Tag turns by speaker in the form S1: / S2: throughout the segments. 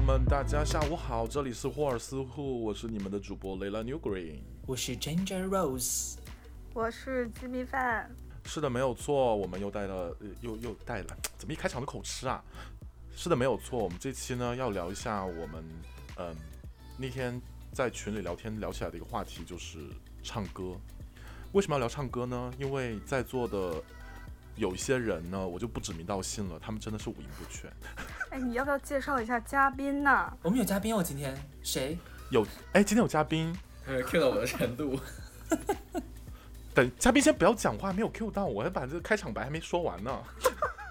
S1: 们大家下午好，这里是霍尔斯户，我是你们的主播雷拉 New Green。
S2: 我是 Ginger Rose，
S3: 我是鸡米饭，
S1: 是的，没有错，我们又带了，呃又又带了，怎么一开场就口吃啊？是的，没有错，我们这期呢要聊一下我们，嗯，那天在群里聊天聊起来的一个话题就是唱歌。为什么要聊唱歌呢？因为在座的有一些人呢，我就不指名道姓了，他们真的是五音不全。
S3: 哎，你要不要介绍一下嘉宾呢？
S2: 我们有嘉宾哦，今天谁？
S1: 有，哎，今天有嘉宾，
S4: 没有呃 Q 到我的程度。
S1: 等嘉宾先不要讲话，没有 Q 到我，还把这个开场白还没说完呢。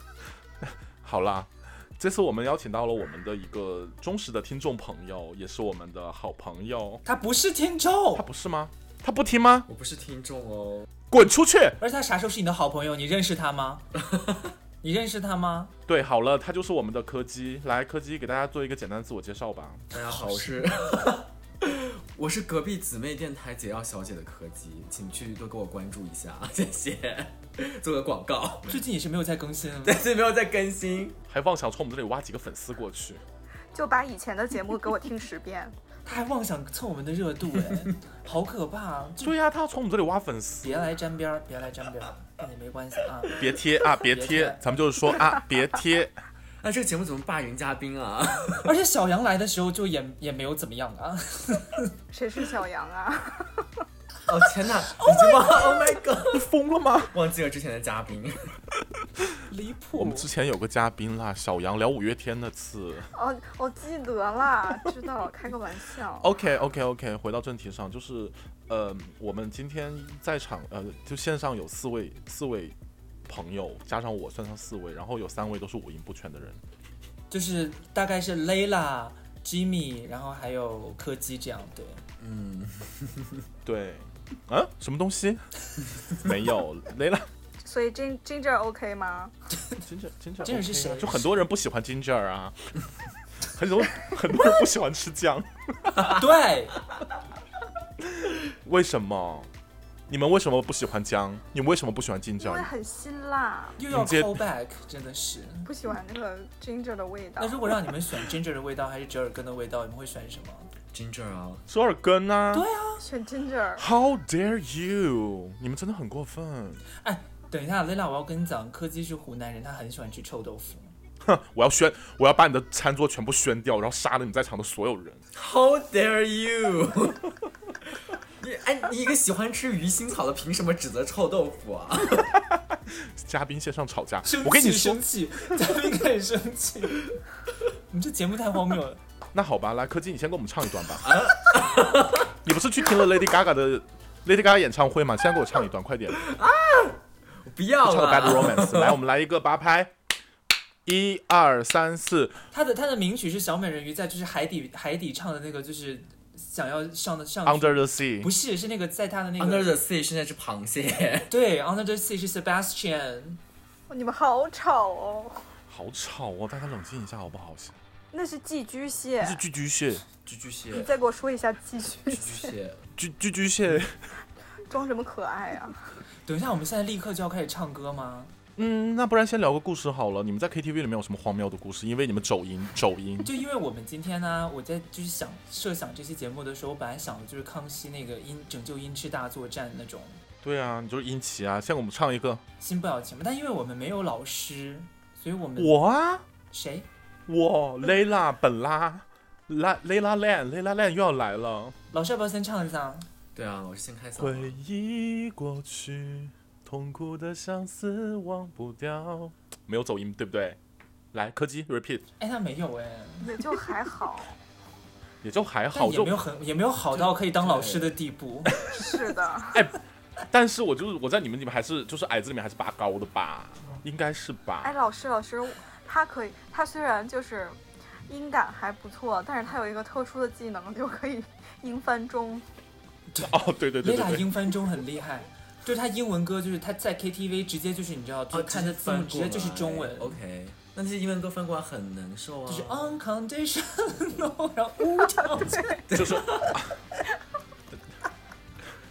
S1: 好啦，这次我们邀请到了我们的一个忠实的听众朋友，也是我们的好朋友。
S2: 他不是听
S1: 他
S2: 众，
S1: 不是吗？他不听吗？
S4: 我不是听众哦，
S1: 滚出去！
S2: 而且他啥时候是你的好朋友？你认识他 吗？你认识他吗？
S1: 对，好了，他就是我们的柯基。来，柯基给大家做一个简单的自我介绍吧。
S4: 大家哎好，我是 我是隔壁姊妹电台解药小姐的柯基，请去多给我关注一下， 谢谢。做个广告，
S2: 最近也是没有在更新了。
S4: 但是没有在更新。
S1: 还妄想从我们这里挖几个粉丝过去。
S3: 就把以前的节目给我听十遍。
S2: 他还妄想蹭我们的热度， 哎，好可怕！啊就
S1: 对呀、他要从我们这里挖粉丝。
S2: 别来沾边儿，别来沾边儿，跟你没关系啊。
S1: 别贴 啊，别
S2: 别
S1: 贴
S2: 贴，
S1: 咱们就是说啊，别贴。
S4: 那、啊这个节目怎么霸凌嘉宾啊？
S2: 而且小杨来的时候就也也没有怎么样啊。
S3: 谁是小杨啊？
S4: 哦天哪，已经忘了，Oh my god，
S1: 你疯了吗？
S4: 忘记了之前的嘉宾。
S2: 离谱！
S1: 我们之前有个嘉宾啦，小杨聊五月天那次。
S3: 哦，我记得啦，知道，开个玩笑。
S1: OK OK OK，回到正题上，就是，呃，我们今天在场，呃，就线上有四位四位朋友，加上我算上四位，然后有三位都是五音不全的人。
S2: 就是大概是 Layla、Jimmy，然后还有柯基这样， 对，
S4: 嗯，
S1: 对，啊，什么东西？ 没有，雷 拉
S3: 所以 Gin Ginger OK 吗？
S1: ，Ginger Ginger，
S2: 这人是
S1: OK 啊
S2: 谁
S1: 就很多人不喜欢 Ginger 啊， 很多很多人不喜欢吃姜，
S2: 对，
S1: 为什么？你们为什么不喜欢姜？你们为什么不喜欢
S3: 因
S1: Ginger？
S2: 啊
S3: 为很辛辣，
S2: 又要
S1: 迎接
S2: call back，真的是。
S3: 不喜欢那个 Ginger 的味道
S2: 那。如果让你们选 ginger 的味道还是折耳根的味道，你们会选什么？
S4: Ginger 啊，
S1: 折耳根啊？
S2: 对啊，
S3: 选 Ginger，
S1: How dare you！你们真的很过分！
S2: 哎，等一下，Lila，我要跟你讲，柯基是湖南人，他很喜欢吃臭豆腐。
S1: 我要宣，我要把你的餐桌全部宣掉，然后杀了你在场的所有人。
S4: How dare you！你哎，你一个喜欢吃鱼腥草的，凭什么指责臭豆腐啊？
S1: 嘉宾线上吵架
S2: 生，气
S1: 我跟你说
S2: 生，气，嘉宾开始生气。你这节目太荒谬了。
S1: 那好吧，来柯基，你先给我们唱一段吧。 你不是去听了 Lady Gaga 的 Lady Gaga 演唱会吗？现在给我唱一段，快点，
S4: 不要啊
S1: 唱个 Bad
S4: 了。
S1: Romance。来，我们来一个八拍，一二三四，
S2: 他的他的名曲是小美人鱼在就是海底海底唱的那个，就是想要上的上去
S1: Under the Sea
S2: 不。是是那个在他的那个
S4: Under the sea 是那只螃 蟹，
S2: 对 Under the Sea 是 Sebastian。
S3: 你们好吵哦。
S1: 好吵哦，大家冷静一下好不好？
S3: 那是寄居
S1: 这
S3: 蟹
S1: 是，巨巨蟹，
S4: 巨巨
S3: 你
S4: 蟹，
S3: 再给我说一下寄 居蟹，
S4: 巨巨蟹。
S1: 巨巨巨蟹。
S3: 装什么可爱啊？
S2: 等一下，我们现在立刻就要开始唱歌吗？
S1: 嗯，那不然先聊个故事好了。你们在 KTV 里面有什么荒谬的故事？因为你们走音，走音。
S2: 就因为我们今天呢、我在就是想设想这期节目的时候，我本来想的就是康熙那个音拯救音痴大作战那种
S1: 对啊，你就是音奇啊。先给我们唱一个
S2: 新不了节目，但因为我们没有老师，所以我们
S1: 我啊，
S2: 谁
S1: 我雷拉本拉拉雷拉 land 雷拉 land 又要来了。
S2: 老师要不要先唱一下？
S4: 对啊，我是先开嗓。
S1: 回忆过去，痛苦的相思忘不掉。没有走音，对不对？来，柯基 repeat
S2: 哎，他没有哎、
S3: 也就还好。
S1: 也就还
S2: 但
S1: 好，
S2: 也没有
S1: 就
S2: 很也没有好到可以当老师的地步。
S3: 是的，
S1: 但是我就是我在你们里面还是就是矮子里面还是拔高的吧，
S2: 哦
S1: 应该是
S3: 哎，
S1: 吧？
S3: 老师，老师，他可以，他虽然就是音感还不错，但是他有一个特殊的技能，就可以 英翻中。
S1: 哦，对对对对
S2: 雷拉
S1: 对，
S2: 英翻中很厉害，就是他英文歌，就是他在 KTV 直接就是你知道，就
S4: 哦，
S2: 是看他字幕直接就是中文，
S4: OK，那这些英文歌翻过来很难受啊。
S2: 就是哦
S1: 哦
S2: unconditional，然后无 条件。
S1: 就是。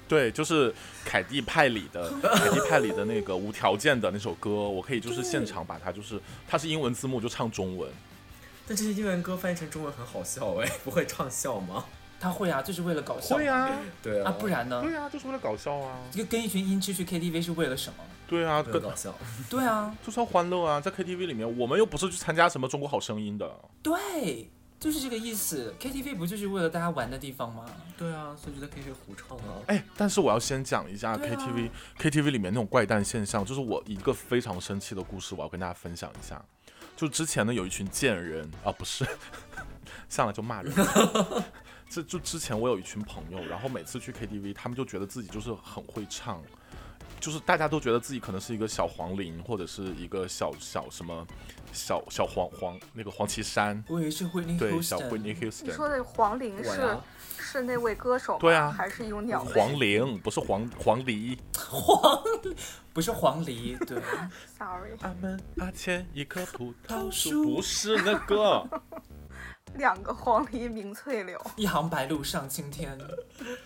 S1: 对，就是凯蒂派里的凯蒂派里的那个无条件的那首歌，我可以就是现场把它就是它是英文字幕就唱中文，
S4: 但这些英文歌翻译成中文很好笑哎， 不会唱笑吗？
S2: 他会啊，就是为了搞笑。
S1: 会啊，
S4: 对
S2: 啊，不然呢？
S1: 对啊，就是为了搞笑啊，
S2: 就跟一群音痴去 KTV 是为了什么？
S1: 对啊，
S4: 为了
S1: 跟
S4: 搞笑。
S2: 对啊，
S1: 就是要欢乐啊，在 KTV 里面，我们又不是去参加什么中国好声音的，
S2: 对，就是这个意思。KTV 不就是为了大家玩的地方吗？
S4: 对啊，所以就在 KTV 胡唱啊。
S1: 哎，但是我要先讲一下
S2: 对啊
S1: KTV、KTV 里面那种怪诞现象，就是我一个非常生气的故事，我要跟大家分享一下。就之前呢，有一群贱人啊，不是， 上来就骂 人。这就之前我有一群朋友，然后每次去 KTV，他们就觉得自己就是很会唱，就是大家都觉得自己可能是一个小黄龄，或者是一个小小什么小小黄黄那个黄绮珊，
S2: 我以为是 Whitney
S1: 对，小 Whitney
S2: Houston。
S3: 你
S1: Houston，
S3: 说的黄龄
S4: 我
S3: 是
S4: 呀，
S3: 是那位歌手吗
S1: 对啊
S3: 还是一种鸟类？
S1: 黄龄不是黄黄鹂。
S2: 黄不是黄鹂，对，
S3: Sorry，
S1: 阿门阿谦一棵葡萄
S2: 葡萄树
S1: 树，不是那个，
S3: 两个黄鹂鸣翠柳，
S2: 一行白鹭上青天，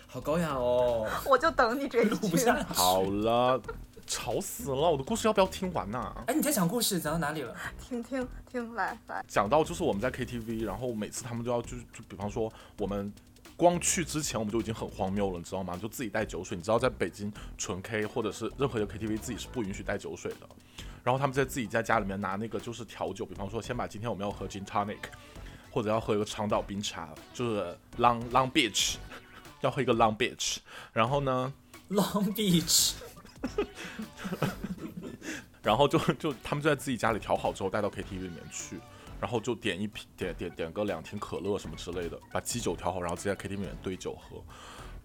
S4: 好高雅哦。
S3: 我就等你这一
S2: 录不
S3: 句。
S2: 下去。
S1: 好了，吵死了，我的故事要不要听完呐、
S2: 哎，你在讲故事讲到哪里了？
S3: 听听听，来来，
S1: 讲到就是我们在 KTV，然后每次他们都要就就比方说我们。光去之前我们就已经很荒谬了，你知道吗？就自己带酒水，你知道在北京纯 K 或者是任何一个 KTV 自己是不允许带酒水的。然后他们在自己在家里面拿那个就是调酒，比方说先把今天我们要喝 gin tonic，或者要喝一个长岛冰茶，就是 long long beach，要喝一个 long beach。然后呢，
S2: Long Beach，
S1: 然后就 就他们就在自己家里调好之后带到 KTV 里面去，然后就点一瓶点点点个两听可乐什么之类的，把基酒调好，然后直接在 KTV 里面兑酒喝。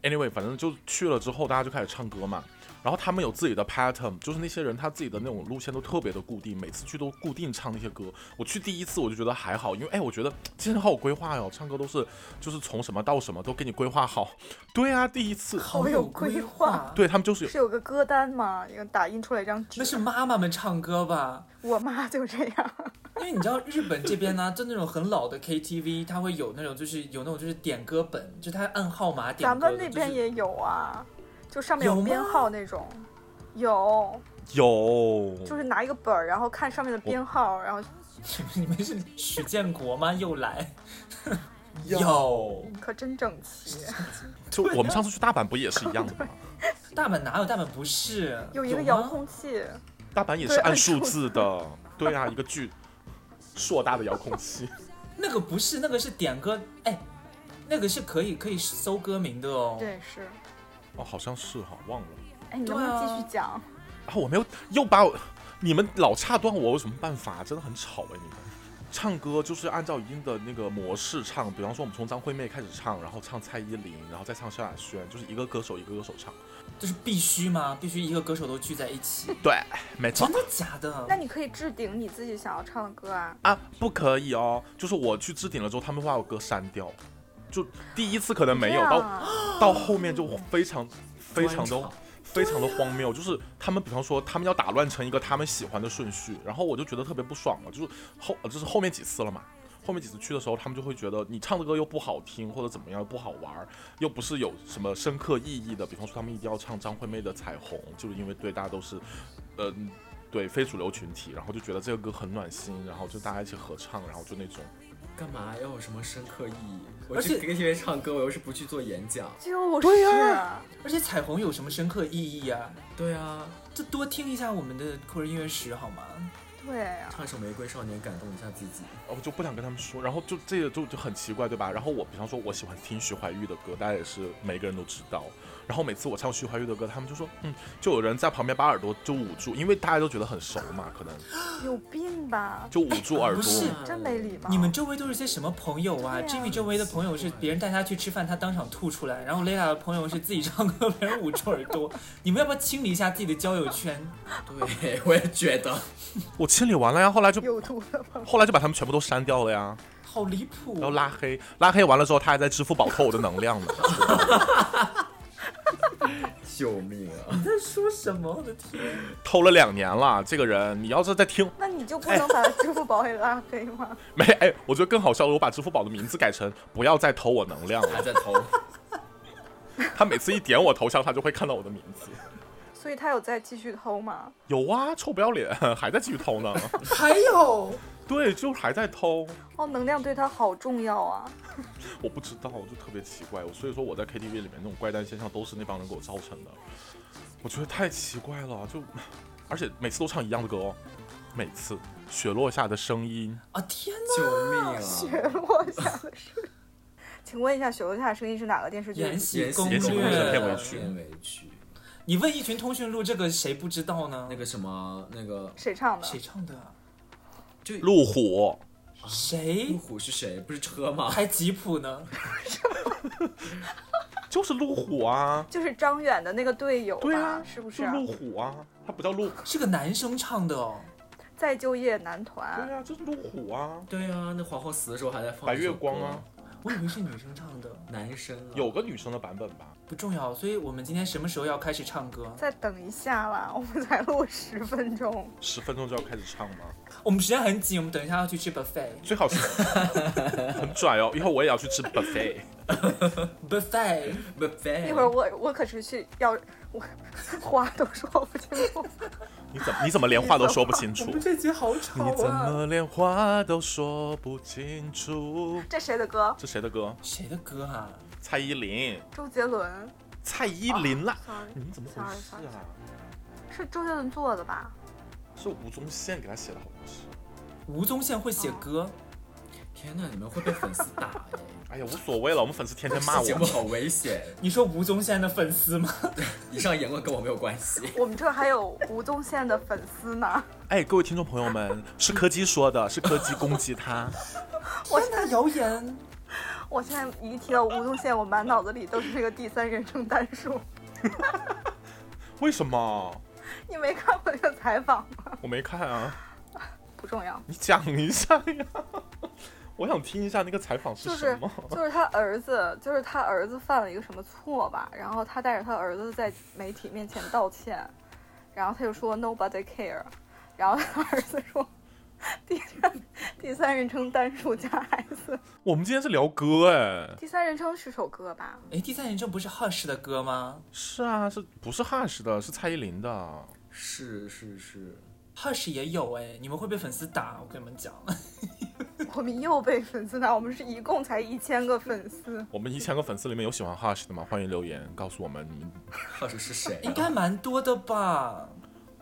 S1: Anyway，反正就去了之后，大家就开始唱歌嘛。然后他们有自己的 pattern，就是那些人他自己的那种路线都特别的固定，每次去都固定唱那些歌。我去第一次我就觉得还好，因为哎，我觉得今天好有规划哟、唱歌都是就是从什么到什么都给你规划好。对啊，第一次，
S2: 好
S3: 有
S2: 规
S3: 规划。
S1: 对他们就是有
S3: 是有个歌单吗？一个打印出来一张纸
S2: 那。是妈妈们唱歌吧？
S3: 我妈就这样，
S2: 因为你知道日本这边呢、就那种很老的 KTV，它会有那种就是有那种就是点歌本，就它按号码点
S3: 咱
S2: 歌的。
S3: 们那边
S2: 就是
S3: 也有啊，就上面
S2: 有
S3: 有
S2: 吗
S3: 编号那种。有，
S1: 有，
S3: 就是拿一个本儿，然后看上面的编号，然后
S2: 你们是许建国吗？又来
S1: 有，
S3: 可真整齐。
S1: 就我们上次去大阪不也是一样的吗？
S2: 大阪哪有大阪不是
S3: 有一个
S2: 吗
S3: 遥控器，
S1: 大阪也是按数字的，对啊，一个巨硕大的遥控器，
S2: 那个不是那个是点歌哎，那个是可以可以搜歌名的哦。
S3: 对，是。
S1: 哦，好像是哈，忘了
S3: 哎，你能不能
S2: 对啊
S3: 继续讲？
S1: 啊，我没有又把我你们老岔断我，有什么办法？真的很吵哎、你们。唱歌就是按照一定的那个模式唱，比方说我们从张惠妹开始唱，然后唱蔡依林，然后再唱萧亚轩，就是一个歌手一个歌手唱。
S2: 就是必须吗？必须一个歌手都聚在一 起？
S1: 对，没错
S2: 真的假的？
S3: 那你可以置顶你自己想要唱的歌啊。
S1: 啊，不可以哦。就是我去置顶了之后，他们会把我歌删掉。就第一次可能没有，
S3: 这样
S1: 到
S3: 啊
S1: 到后面就非常非常
S4: 专
S1: 的
S4: 场
S1: 非常的荒谬，就是他们比方说他们要打乱成一个他们喜欢的顺序，然后我就觉得特别不爽了，就是后呃就是后面几次了嘛。后面几次去的时候，他们就会觉得你唱的歌又不好听，或者怎么样不好玩儿，又不是有什么深刻意义的。比方说，他们一定要唱张惠妹的《彩虹》，就是因为对大家都是，呃，对非主流群体，然后就觉得这个歌很暖心，然后就大家一起合唱，然后就那种。
S4: 干嘛要有什么深刻意义？我
S2: 而且
S4: 去 KTV 唱歌，我又是不去做演讲。
S3: 就是，
S2: 而且彩虹有什么深刻意义啊？
S4: 对啊，
S2: 就多听一下我们的酷儿音乐史好吗？
S3: 对啊呀、
S4: 唱一首《玫瑰少年》感动一下自己。
S1: 我就不想跟他们说，然后就这个就就很奇怪，对吧？然后我比方说，我喜欢听徐怀钰的歌，大家也是每个人都知道。然后每次我唱徐怀钰的歌，他们就说，嗯，就有人在旁边把耳朵就捂住，因为大家都觉得很熟嘛，可能
S3: 有病吧？
S1: 就捂住耳
S2: 哎不
S1: 朵。
S2: 是
S3: 真没礼貌。
S2: 你们周围都是些什么朋友啊
S3: 对啊
S2: j i m m y 周围的朋友是别人带他去吃饭，他当场吐出来；然后 Lela 的朋友是自己唱歌，别人捂住耳 朵。你们要不要清理一下自己的交友圈？
S4: 对，我也觉得。
S1: 我清理完了呀，后来就
S3: 有毒的朋友，
S1: 后来就把他们全部都删掉了呀，
S2: 好离谱！哦
S1: 然后拉黑，拉黑完了之后，他还在支付宝偷我的能量呢。
S4: 救命啊！
S2: 在说什么？我的天！
S1: 偷了两年了，这个人，你要是在听，
S3: 那你就不能把支付宝也拉黑吗？
S1: 没哎，我觉得更好笑的，我把支付宝的名字改成不要再偷我能量
S4: 还
S1: 了。
S4: 在 投，
S1: 他每次一点我头像，他就会看到我的名字。
S3: 所以他有在继续偷吗？
S1: 有啊，臭不要脸，还在继续偷呢。
S2: 还有，
S1: 对，就还在偷，
S3: 哦，能量对他好重要啊！
S1: 我不知道，就特别奇怪。我所以说我在 KTV 里面那种怪诞现象都是那帮人给我造成的，我觉得太奇怪了，就而且每次都唱一样的歌哦，每次雪落下的声音，
S2: 啊天哪！
S4: 救命
S3: 雪
S4: 啊！
S3: 落下的声音，请问一下，雪落下的声音是哪个电视剧？
S2: 延禧攻
S1: 延禧攻略
S2: 略
S1: 片尾曲
S4: 片尾曲，
S2: 你问一群通讯录，这个谁不知道呢？
S4: 那个什么，那个
S3: 谁唱的？
S2: 谁唱的啊？
S4: 就
S1: 路虎，
S4: 路
S2: 谁
S4: 虎是谁？不是车吗？
S2: 还吉普呢？
S1: 就是路虎啊，
S3: 就是张远的那个队友吧？
S1: 对啊，
S3: 是不？
S1: 就是路虎啊，它不叫路虎，
S2: 是个男生唱的哦。
S3: 再就业男
S1: 对
S3: 团，
S1: 啊，就是路虎啊，
S4: 对啊，那皇后死的时候还在放
S1: 白
S4: 这
S1: 月
S4: 首歌
S1: 光啊，
S2: 我以为是女生唱的，
S4: 男生啊
S1: 有个女生的版本吧，
S2: 不重要。所以我们今天什么时候要开始唱歌？
S3: 再等一下啦，我们才录十分钟，
S1: 十分钟就要开始唱吗？
S2: 我们时间很紧，我们等一下要去吃 buffet。
S1: 最 好是很拽哦，以后我也要去吃 buffet。
S2: buffet，
S4: buffet，
S3: 一会儿我我可是去要我话都说不清楚，
S1: 你怎么你怎么连话都说不清
S2: 我
S1: 楚？
S2: 们这集好吵
S1: 你怎
S2: 啊！
S1: 么连话都说不清楚？
S3: 这谁的歌？
S1: 这谁的歌？
S2: 谁的歌啊？
S1: 蔡依林，
S3: 周杰伦
S1: 蔡依林啦！
S3: ，sorry，
S1: 啊你们怎么回事
S3: 算了
S1: 啊？
S3: 是周杰伦做的吧？
S1: 是吴宗宪给他写的好故事。
S2: 吴宗宪会写歌，
S4: 天哪，你们会被粉丝打 哎！
S1: 哎呀，无所谓了，我们粉丝天天骂
S4: 这节目
S1: 我。
S4: 好危险。
S2: 你说吴宗宪的粉丝吗？
S4: 以上言论跟我没有关系。
S3: 我们这还有吴宗宪的粉丝呢，
S1: 哎，各位听众朋友们，是柯基说的，是柯基攻击 他。
S2: 天哪，谣言！
S3: 我现在一提到吴宗宪，我满脑子里都是那个第三人称单数。
S1: 为什么？
S3: 你没看过那个采访吗？
S1: 我没看啊，
S3: 不重要，
S1: 你讲一下呀。我想听一下那个采访
S3: 就是是
S1: 什么。
S3: 就是他儿子，就是他儿子犯了一个什么错吧，然后他带着他儿子在媒体面前道歉，然后他就说 nobody care，然 后他儿子说第三第三人称单数加 s，
S1: 我们今天是聊歌哎。
S3: 第三人称是首歌吧？
S2: 哎，第三人称不是 Hush 的歌吗
S1: 是啊，是不是 Hush 的？是蔡依林的。
S4: 是是是，
S2: ？Hush 也有哎，你们会被粉丝打，我跟你们讲。
S3: 我们又被粉丝打，我们是一共才一千个粉丝，
S1: 我们一千个粉丝里面有喜欢 Hush 的吗？欢迎留言告诉我们。你们
S4: 到底是谁、啊
S2: 应该蛮多的吧？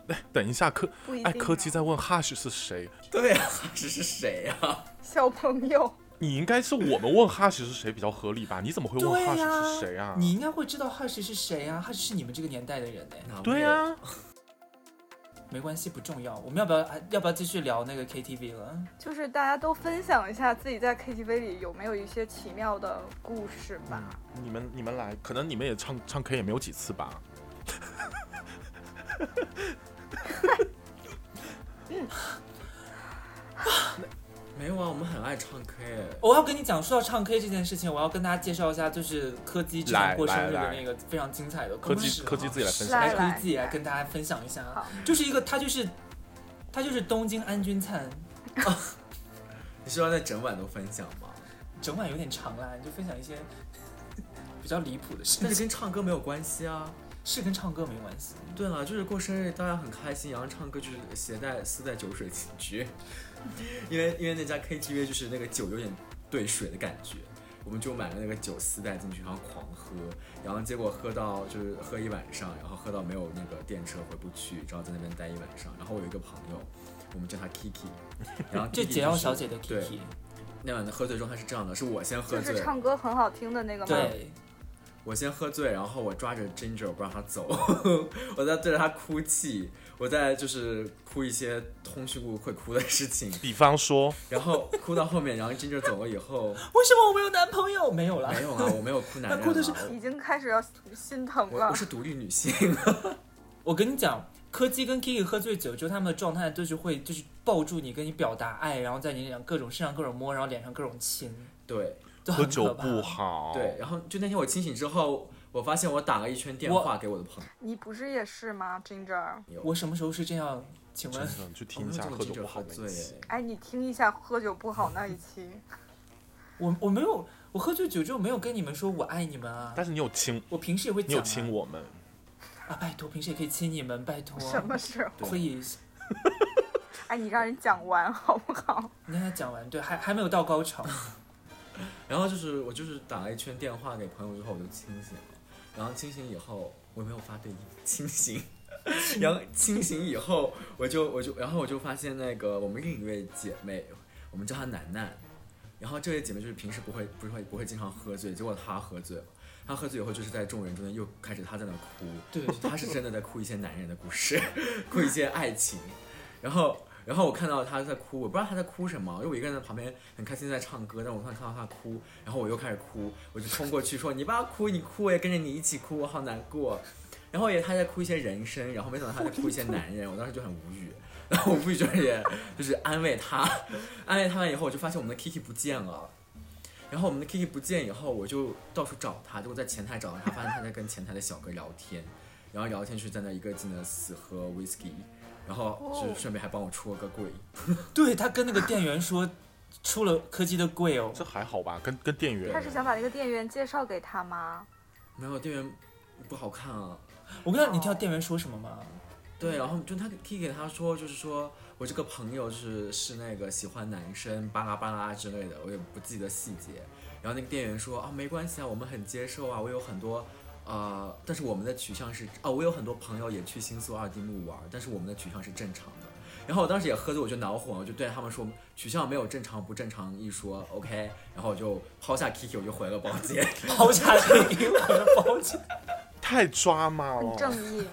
S1: 哎等一下，柯
S3: 不一定
S1: 哎，
S3: 啊
S1: 柯基在问 Hush 是谁？
S4: 对啊，这是谁啊？
S3: 小朋友。
S1: 你应该是我们问 Hush 是谁比较合理吧？你怎么会问
S2: 对
S1: Hush
S2: 呀、
S1: 是谁啊？
S2: 你应该会知道 Hush 是谁啊？Hush 是你们这个年代的人哎。
S4: 哪位
S1: 对啊呀、
S2: 没关系，不重要。我们要不要还要不要继续聊那个 KTV 了？
S3: 就是大家都分享一下自己在 KTV 里有没有一些奇妙的故事吧。
S1: 你们你们来，可能你们也唱唱 K 也没有几次吧。
S4: 没有啊，我们很爱唱 K，
S2: 我要跟你讲，说到唱 K 这件事情，我要跟大家介绍一下，就是柯基之前过生日的那个非常精彩的
S1: 柯
S2: 故
S1: 基
S2: 事啊。
S1: 柯基自己来分享
S3: 来
S2: 来
S1: 一下。
S2: 柯基也跟大家分享一下
S3: 好，
S2: 就是一个他就是他就是东京安钧璨，
S4: 你是要在整晚都分享吗？
S2: 整晚有点长啦，你就分享一些 比较离谱的事
S4: 但
S2: 情，
S4: 是跟唱歌没有关系啊。
S2: 是跟唱歌没关系。
S4: 对了，就是过生日，大家很开心，然后唱歌就是携带自带酒水进去， 因为因为那家 KTV 就是那个酒有点兑水的感觉，我们就买了那个酒丝带进去，然后狂喝，然后结果喝到就是喝一晚上，然后喝到没有那个电车回不去，然后在那边待一晚上。然后我有一个朋友，我们叫他 Kiki，然后 Kiki
S2: 这
S4: 就
S2: 解药
S4: 是
S2: 小姐的 k i
S4: 对
S2: k i
S4: 那晚的喝醉状态是这样的，是我先喝
S3: 就是
S4: 醉，
S3: 唱歌很好听的那个吗？
S2: 对，
S4: 我先喝醉，然后我抓着 Ginger 我不让他走， 我在对着他哭泣，我在就是哭一些通讯录会哭的事情，
S1: 比方说，
S4: 然后哭到后面，然后 Ginger 走了以后，
S2: 为什么我没有男朋友？没有啦，
S4: 没有啊，我没有哭男人、啊，
S2: 那哭的是
S3: 已经开始要心疼
S4: 我
S3: 了
S4: 我。是独立女性，
S2: 我跟你讲，柯基跟 Kiki 喝醉酒之后，他们的状态就是会就是抱住你，跟你表达爱，然后在你脸上各种身上各种摸，然后脸上各种亲，
S4: 对
S2: 就
S1: 喝
S2: 很
S1: 酒
S2: 可怕。
S1: 不好。
S4: 对，，然后就那天我清醒之后，我发现我打了一圈电话给我的朋
S1: 哦
S4: 友，
S3: 你不是也是吗，Ginger？
S2: 我什么时候是这样？请
S1: 真
S2: 问
S1: 的你去听
S4: 我
S1: 一下
S4: 没有
S1: 喝
S4: 见
S1: 酒
S4: 过 Ginger
S1: 不好
S4: 喝
S1: 那
S4: 醉
S1: 一期。
S4: 哎，
S3: 哎，你听一下喝酒不好那一期，
S2: 我我没有，我喝醉酒之后没有跟你们说我爱你们啊。
S1: 但是你有亲，
S2: 我平时也会
S1: 你
S2: 讲、
S1: 有
S2: 啊，
S1: 亲我们。
S2: 啊，拜托，平时也可以亲你们，拜托。
S3: 什么时候？
S4: 对
S2: Please，
S3: 哎，你让人讲完好不好？
S2: 你看他讲完，对，还还没有到高潮。
S4: 然后就是我就是打了一圈电话给朋友之后我就清醒了，然后清醒以后我没有发对音，清醒，然后清醒以后我就我就然后我就发现那个我们另一位姐妹，我们叫她楠楠，然后这位姐妹就是平时不会不会不会经常喝醉，结果她喝醉了。她喝醉以后，就是在众人中间又开始她在那哭，
S2: 对，
S4: 她是真的在哭一些男人的故事， 哭一些爱情，然后然后我看到她在哭，我不知道她在哭什么，因为我一个人在旁边很开心在唱歌，但我突然看到她哭，然后我又开始哭，我就冲过去说：“你不要哭，你哭我也跟着你一起哭，我好难过。”然后也她在哭一些人生，然后没想到她在哭一些男人，我当时就很无语。然后我不语就是也就是安慰她， 安慰她完以后，我就发现我们的 Kiki 不见了。然后我们的 Kiki 不见以后，我就到处找她，结果在前台找到她，发现她在跟前台的小哥聊天，然后聊天是在那一个劲的死喝 whisky，然后就
S3: 哦
S4: 顺便还帮我出了个柜。
S2: 对他跟那个店员说，出了柯基的贵哦，
S1: 这还好吧？跟跟店员
S3: 他是想把那个店员介绍给他吗？
S4: 没有店员不好看啊。
S2: 我不知道你听到店员说什么吗？
S4: 对，然后就他 K 给他说，就是说我这个朋友就是是那个喜欢男生巴拉巴拉之类的，我也不记得细节。然后那个店员说啊，没关系啊，我们很接受啊，我有很多。呃，但是我们的取向是，哦，我有很多朋友也去新宿二丁目玩，但是我们的取向是正常的。然后我当时也喝醉，我就恼火，我就对他们说，取向没有正常不正常一说，OK。然后我就抛下 Kiki，我就回了包 间。
S2: 抛下你灵魂的包间，
S1: 太抓马
S4: 哦
S3: 很正
S1: 了。
S3: 义，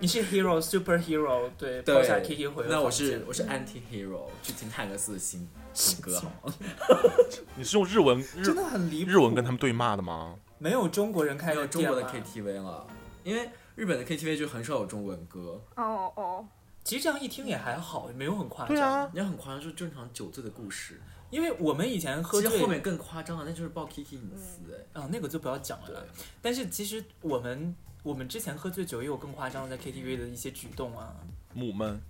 S2: 你是 hero super hero，对，
S4: 对
S2: 抛下 Kiki 回了嗯
S4: 那我
S2: 房
S4: 是
S2: 间
S4: 我是 anti hero，去听泰勒斯的新新歌好吗？
S1: 你是用日文日
S2: 真的很离谱。
S1: 日文跟他们对骂的吗？
S2: 没有中国人开
S4: 还有
S2: 的
S4: 中国的
S2: 店吧
S4: KTV 了，因为日本的 KTV 就很少有中文歌，
S3: 哦 哦，
S2: 其实这样一听也还好，也没有很夸张。
S1: 对，啊，
S4: 你要很夸张，就是正常酒醉的故事。
S2: 因为我们以前喝
S4: 其实
S2: 醉
S4: 后面更夸张了，那就是爆 Kiki 隐私哎。
S2: 啊、那个就不要讲了啦。但是其实我们我们之前喝醉酒也有更夸张的在 KTV 的一些举动啊，
S1: 母们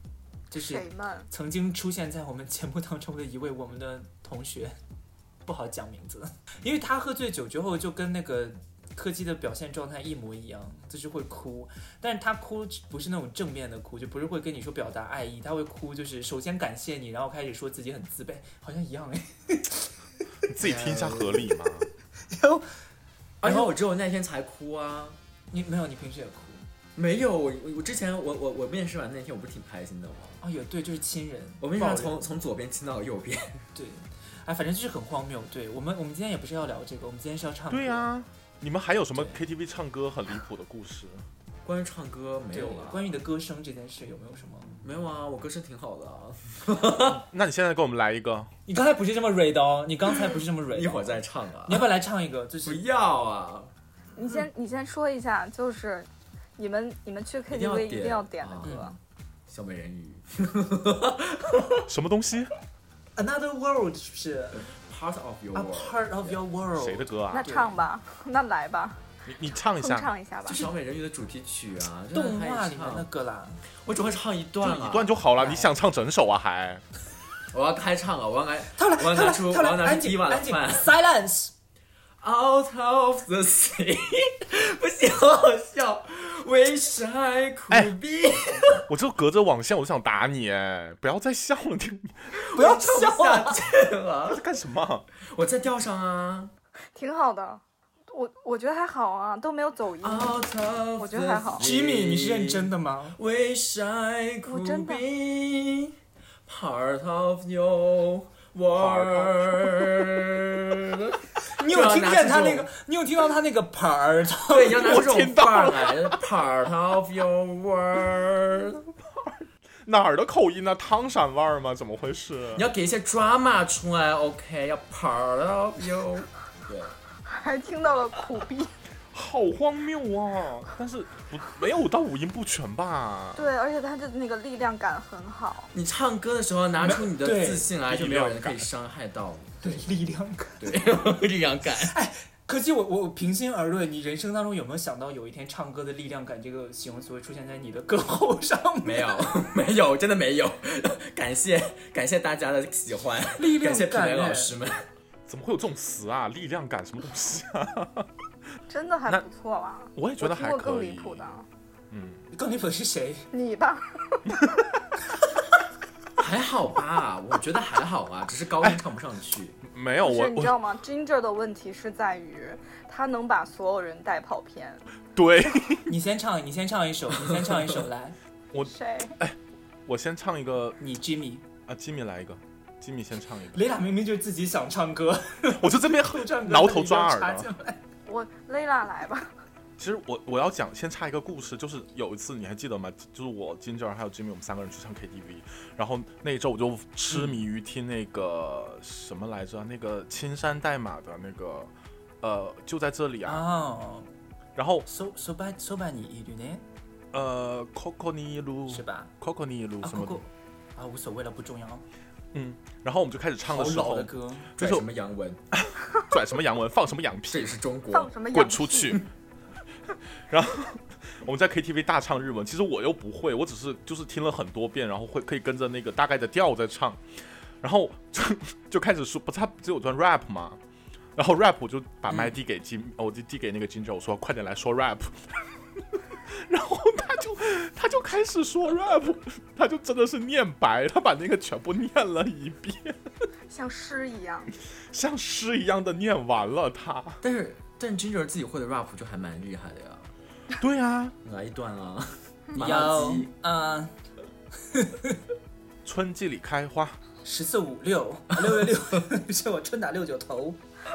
S2: 就是
S3: 谁们？
S2: 曾经出现在我们节目当中的一位我们的同学， 不好讲名字，因为他喝醉酒之后就跟那个柯基的表现状态一模一样，就是会哭，但是他哭不是那种正面的哭，就不是会跟你说表达爱意，他会哭就是首先感谢你，然后开始说自己很自卑，好像一样哎，
S1: 你 自己听一下合理吗？
S4: 而且我只有那天才哭啊，
S2: 你没有你平时也哭
S4: 没有我我我之前我我我面试完那天我不是挺开心的吗？
S2: 哦，有对，就是亲人，
S4: 我面试完
S2: 抱人
S4: 从从左边亲到了右边，
S2: 对。哎，反正就是很荒谬。对我们，我们今天也不是要聊这个，我们今天是要唱 歌。
S1: 对啊，你们还有什么
S2: 对
S1: KTV 唱歌很离谱的故事？
S4: 关于唱歌没
S2: 对，
S4: 有啊，
S2: 关于你的歌声这件事，有没有什么？
S4: 没有啊，我歌声挺好的 啊，
S1: 那你现在给我们来一个，
S2: 你刚才不是这么蕊的哦，你刚才不是这么蕊。
S4: 一会儿。再唱啊
S2: 你，要不要来唱一个？就
S4: 不
S2: 是
S4: 要啊，
S3: 你先你先说一下，就是你们你们去
S4: 定要
S3: KTV 一
S4: 点
S3: 定要点的
S4: 啊
S3: 歌，
S4: 小美人鱼
S1: 什么东西？
S2: Another World，是不是
S4: Part of Your
S2: ？A
S4: World，
S2: part of your world。
S1: 谁的？歌啊
S3: 那？唱吧，那来吧，
S1: 你你唱一
S3: 哼
S1: 下，
S3: 唱一下吧
S4: 就。小美人鱼的主题曲啊，真的
S2: 动
S4: 还
S2: 画里面
S4: 唱
S2: 那个啦。
S4: 我只会唱一
S1: 就
S4: 段啊
S1: 一段就好了。
S2: 来
S1: 你想唱整首啊？还
S4: 我要开唱了，我要来，
S2: 他来，
S4: 我要
S2: 他
S4: 拿
S2: 来，
S4: 出，
S2: 他
S4: 我要
S2: 来，
S4: 拿
S2: 安
S4: 出伊
S2: 静，
S4: 娃的
S2: 安静
S4: 饭
S2: ，silence。
S4: ，Out of the sea，不 行，好好笑，Wish I
S1: 哎
S4: could be，
S1: 我就隔着网线，我就想打你哎！不要再笑了，你
S2: 不要
S4: 唱
S2: 笑
S4: 不下
S2: 啊！
S4: 去
S1: 这
S4: 了，
S1: 是干什么？
S4: 我在调上啊
S3: 挺好的，我我觉得还好啊，都没有走音。
S4: ，Out of，
S3: 我觉得还好
S2: Jimmy，你是认真的吗？
S4: ，Wish I
S3: 我
S4: could
S3: 真的
S4: be part of your world，
S2: 你有听见他那
S4: 就要拿这
S2: 个
S4: 种？
S2: 你有听到他那个 part？
S4: 对，你要拿出这
S1: 我
S4: 种
S1: 听到
S4: 范儿来，part of your world。
S1: 哪儿的口音呢、啊汤闪味儿吗？怎么回事
S4: 你？要给一些 drama 出来，OK，要 part of you。对，
S3: 还听到了苦逼。
S1: 好荒谬啊！但是不没有到五音不全吧？
S3: 对，而且他的那个力量感很好。
S4: 你唱歌的时候拿出你的
S2: 没对
S4: 自信来，
S1: 力
S4: 就没有人
S1: 量
S4: 可
S1: 感
S4: 以伤害到你。
S2: 对，力量感。
S4: 对，力量感。
S2: 可惜我我我平心而论，你人生当中有没有想到有一天唱歌的力量感这个形容词会出现在你的歌喉上面？
S4: 没有，没有，真的没有。感谢感谢大家的喜欢，
S2: 力量
S4: 感谢评
S2: 感
S4: 委老
S2: 哎
S4: 师们。
S1: 怎么会有这种词啊？力量感什么东西啊？
S3: 真的还
S1: 那
S3: 不错啦。
S1: 我也觉得还
S3: 我听过
S1: 可
S3: 更
S1: 以。
S3: 离谱的，
S1: 嗯，
S2: 更离谱的是谁？
S3: 你吧，
S4: 还好吧，我觉得还好啊，只是高音唱不上去。
S1: 没有
S3: 不
S1: 哦我
S3: 是你知
S1: 我
S3: 道吗？Ginger 的问题是在于他能把所有人带跑偏。
S1: 对
S2: 你先唱，你先唱一首，你先唱一首来，
S3: 谁？
S1: 哎我先唱一个
S2: 你 Jimmy，
S1: 啊，吉米来一个，吉米先唱一 个，
S2: 雷达明明就是自己想唱歌，
S1: 我就这边
S2: 不唱歌
S1: 挠头抓
S2: 但
S1: 耳的
S2: 你就插。进来
S3: 我 Layla 来吧。
S1: 其实我我要讲，先插一个故事，就是有一次你还记得吗？就是我金正还有 Jimmy 我们三个人去唱 KTV，然后那一周我就痴迷于听那个什么来着，那个青山代码的那个，呃，就在这里啊。
S2: 哦，
S1: 然后
S2: 收收吧收吧，你一律呢
S1: 呃，Coco 尼路
S2: 是吧？
S1: ，Coco 尼路
S2: 啊，
S1: 什么
S2: 不
S1: 的
S2: 过，啊，无所谓了，不重要。
S1: 嗯，然后我们就开始唱
S2: 好
S1: 的时
S2: 老
S1: 候
S2: 的，歌，
S1: 就
S4: 拽
S1: 是
S4: 什么洋文，
S1: 拽什么洋文，放什么洋
S4: 这
S1: 屁
S4: 也，是中国
S3: 放。什么？
S1: 滚出！去。 然后我们在 KTV 大唱日文，其实我又不会，我只是就是听了很多遍，然后会可以跟着那个大概的调在唱，然后就 就开始说，不是他只有段 rap 嘛，然后 rap 我就把麦递给金，哦我就递给那个金哲，我说快点来说 rap。然后他就他就开始说 rap，他 就真的是念白，他把那个全部念了一遍，
S3: 像诗一样。
S1: 像诗一样的念完了他。
S4: 但是但 Ginger 自己会的 rap 就还蛮厉害的呀，
S1: 对啊，
S4: 来一段啊，麻辣
S2: 有
S4: 鸡，
S2: 嗯，
S1: 春季里开花，
S2: 十四五六六月六， 是我春打六九头。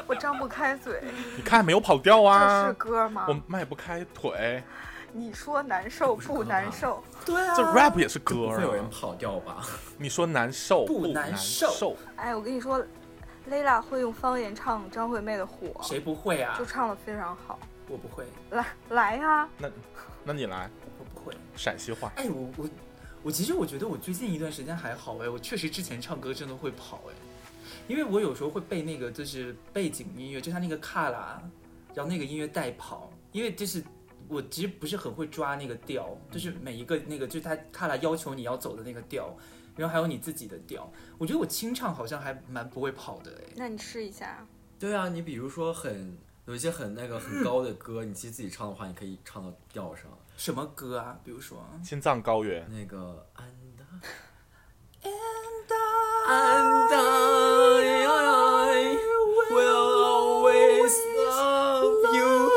S3: 我张不开 嘴，
S1: 你看没有跑调
S3: 这是
S1: 啊，
S3: 歌吗
S1: 我？迈不开腿，
S3: 你说难受
S4: 这不是
S3: 不
S4: 歌
S3: 难
S4: 吧
S3: 受？
S2: 对啊，
S1: 这 rap 也是
S4: 不
S1: 歌
S4: 会有人
S1: 啊。
S4: 跑掉吧？
S1: 你说难受
S2: 不难
S1: 难
S2: 受
S3: 哎，我跟你说，Layla 会用方言唱张惠妹的《火》，
S2: 谁不会啊
S3: 就？唱得非常好。
S2: 我不会，
S3: 来来呀、
S1: 那那你来
S2: 我不会。
S1: 陕西话，
S2: 哎，我我我其实我觉得我最近一段时间还好哎，我确实之前唱歌真的会跑哎，因为我有时候会被那个就是背景音乐，就它那个卡拉，然后那个音乐带跑，因为就是。我其实不是很会抓那个调，就是每一个那个，就是他卡拉要求你要走的那个调，然后还有你自己的调。我觉得我清唱好像还蛮不会跑的哎。
S3: 那你试一下。
S4: 对啊，你比如说很有一些很那个很高的歌，你其实自己唱的话，你可以唱到调上。
S2: 什么歌啊？比如说，
S1: 青藏高原，
S4: 那个安达，安达，安达，Will always love you。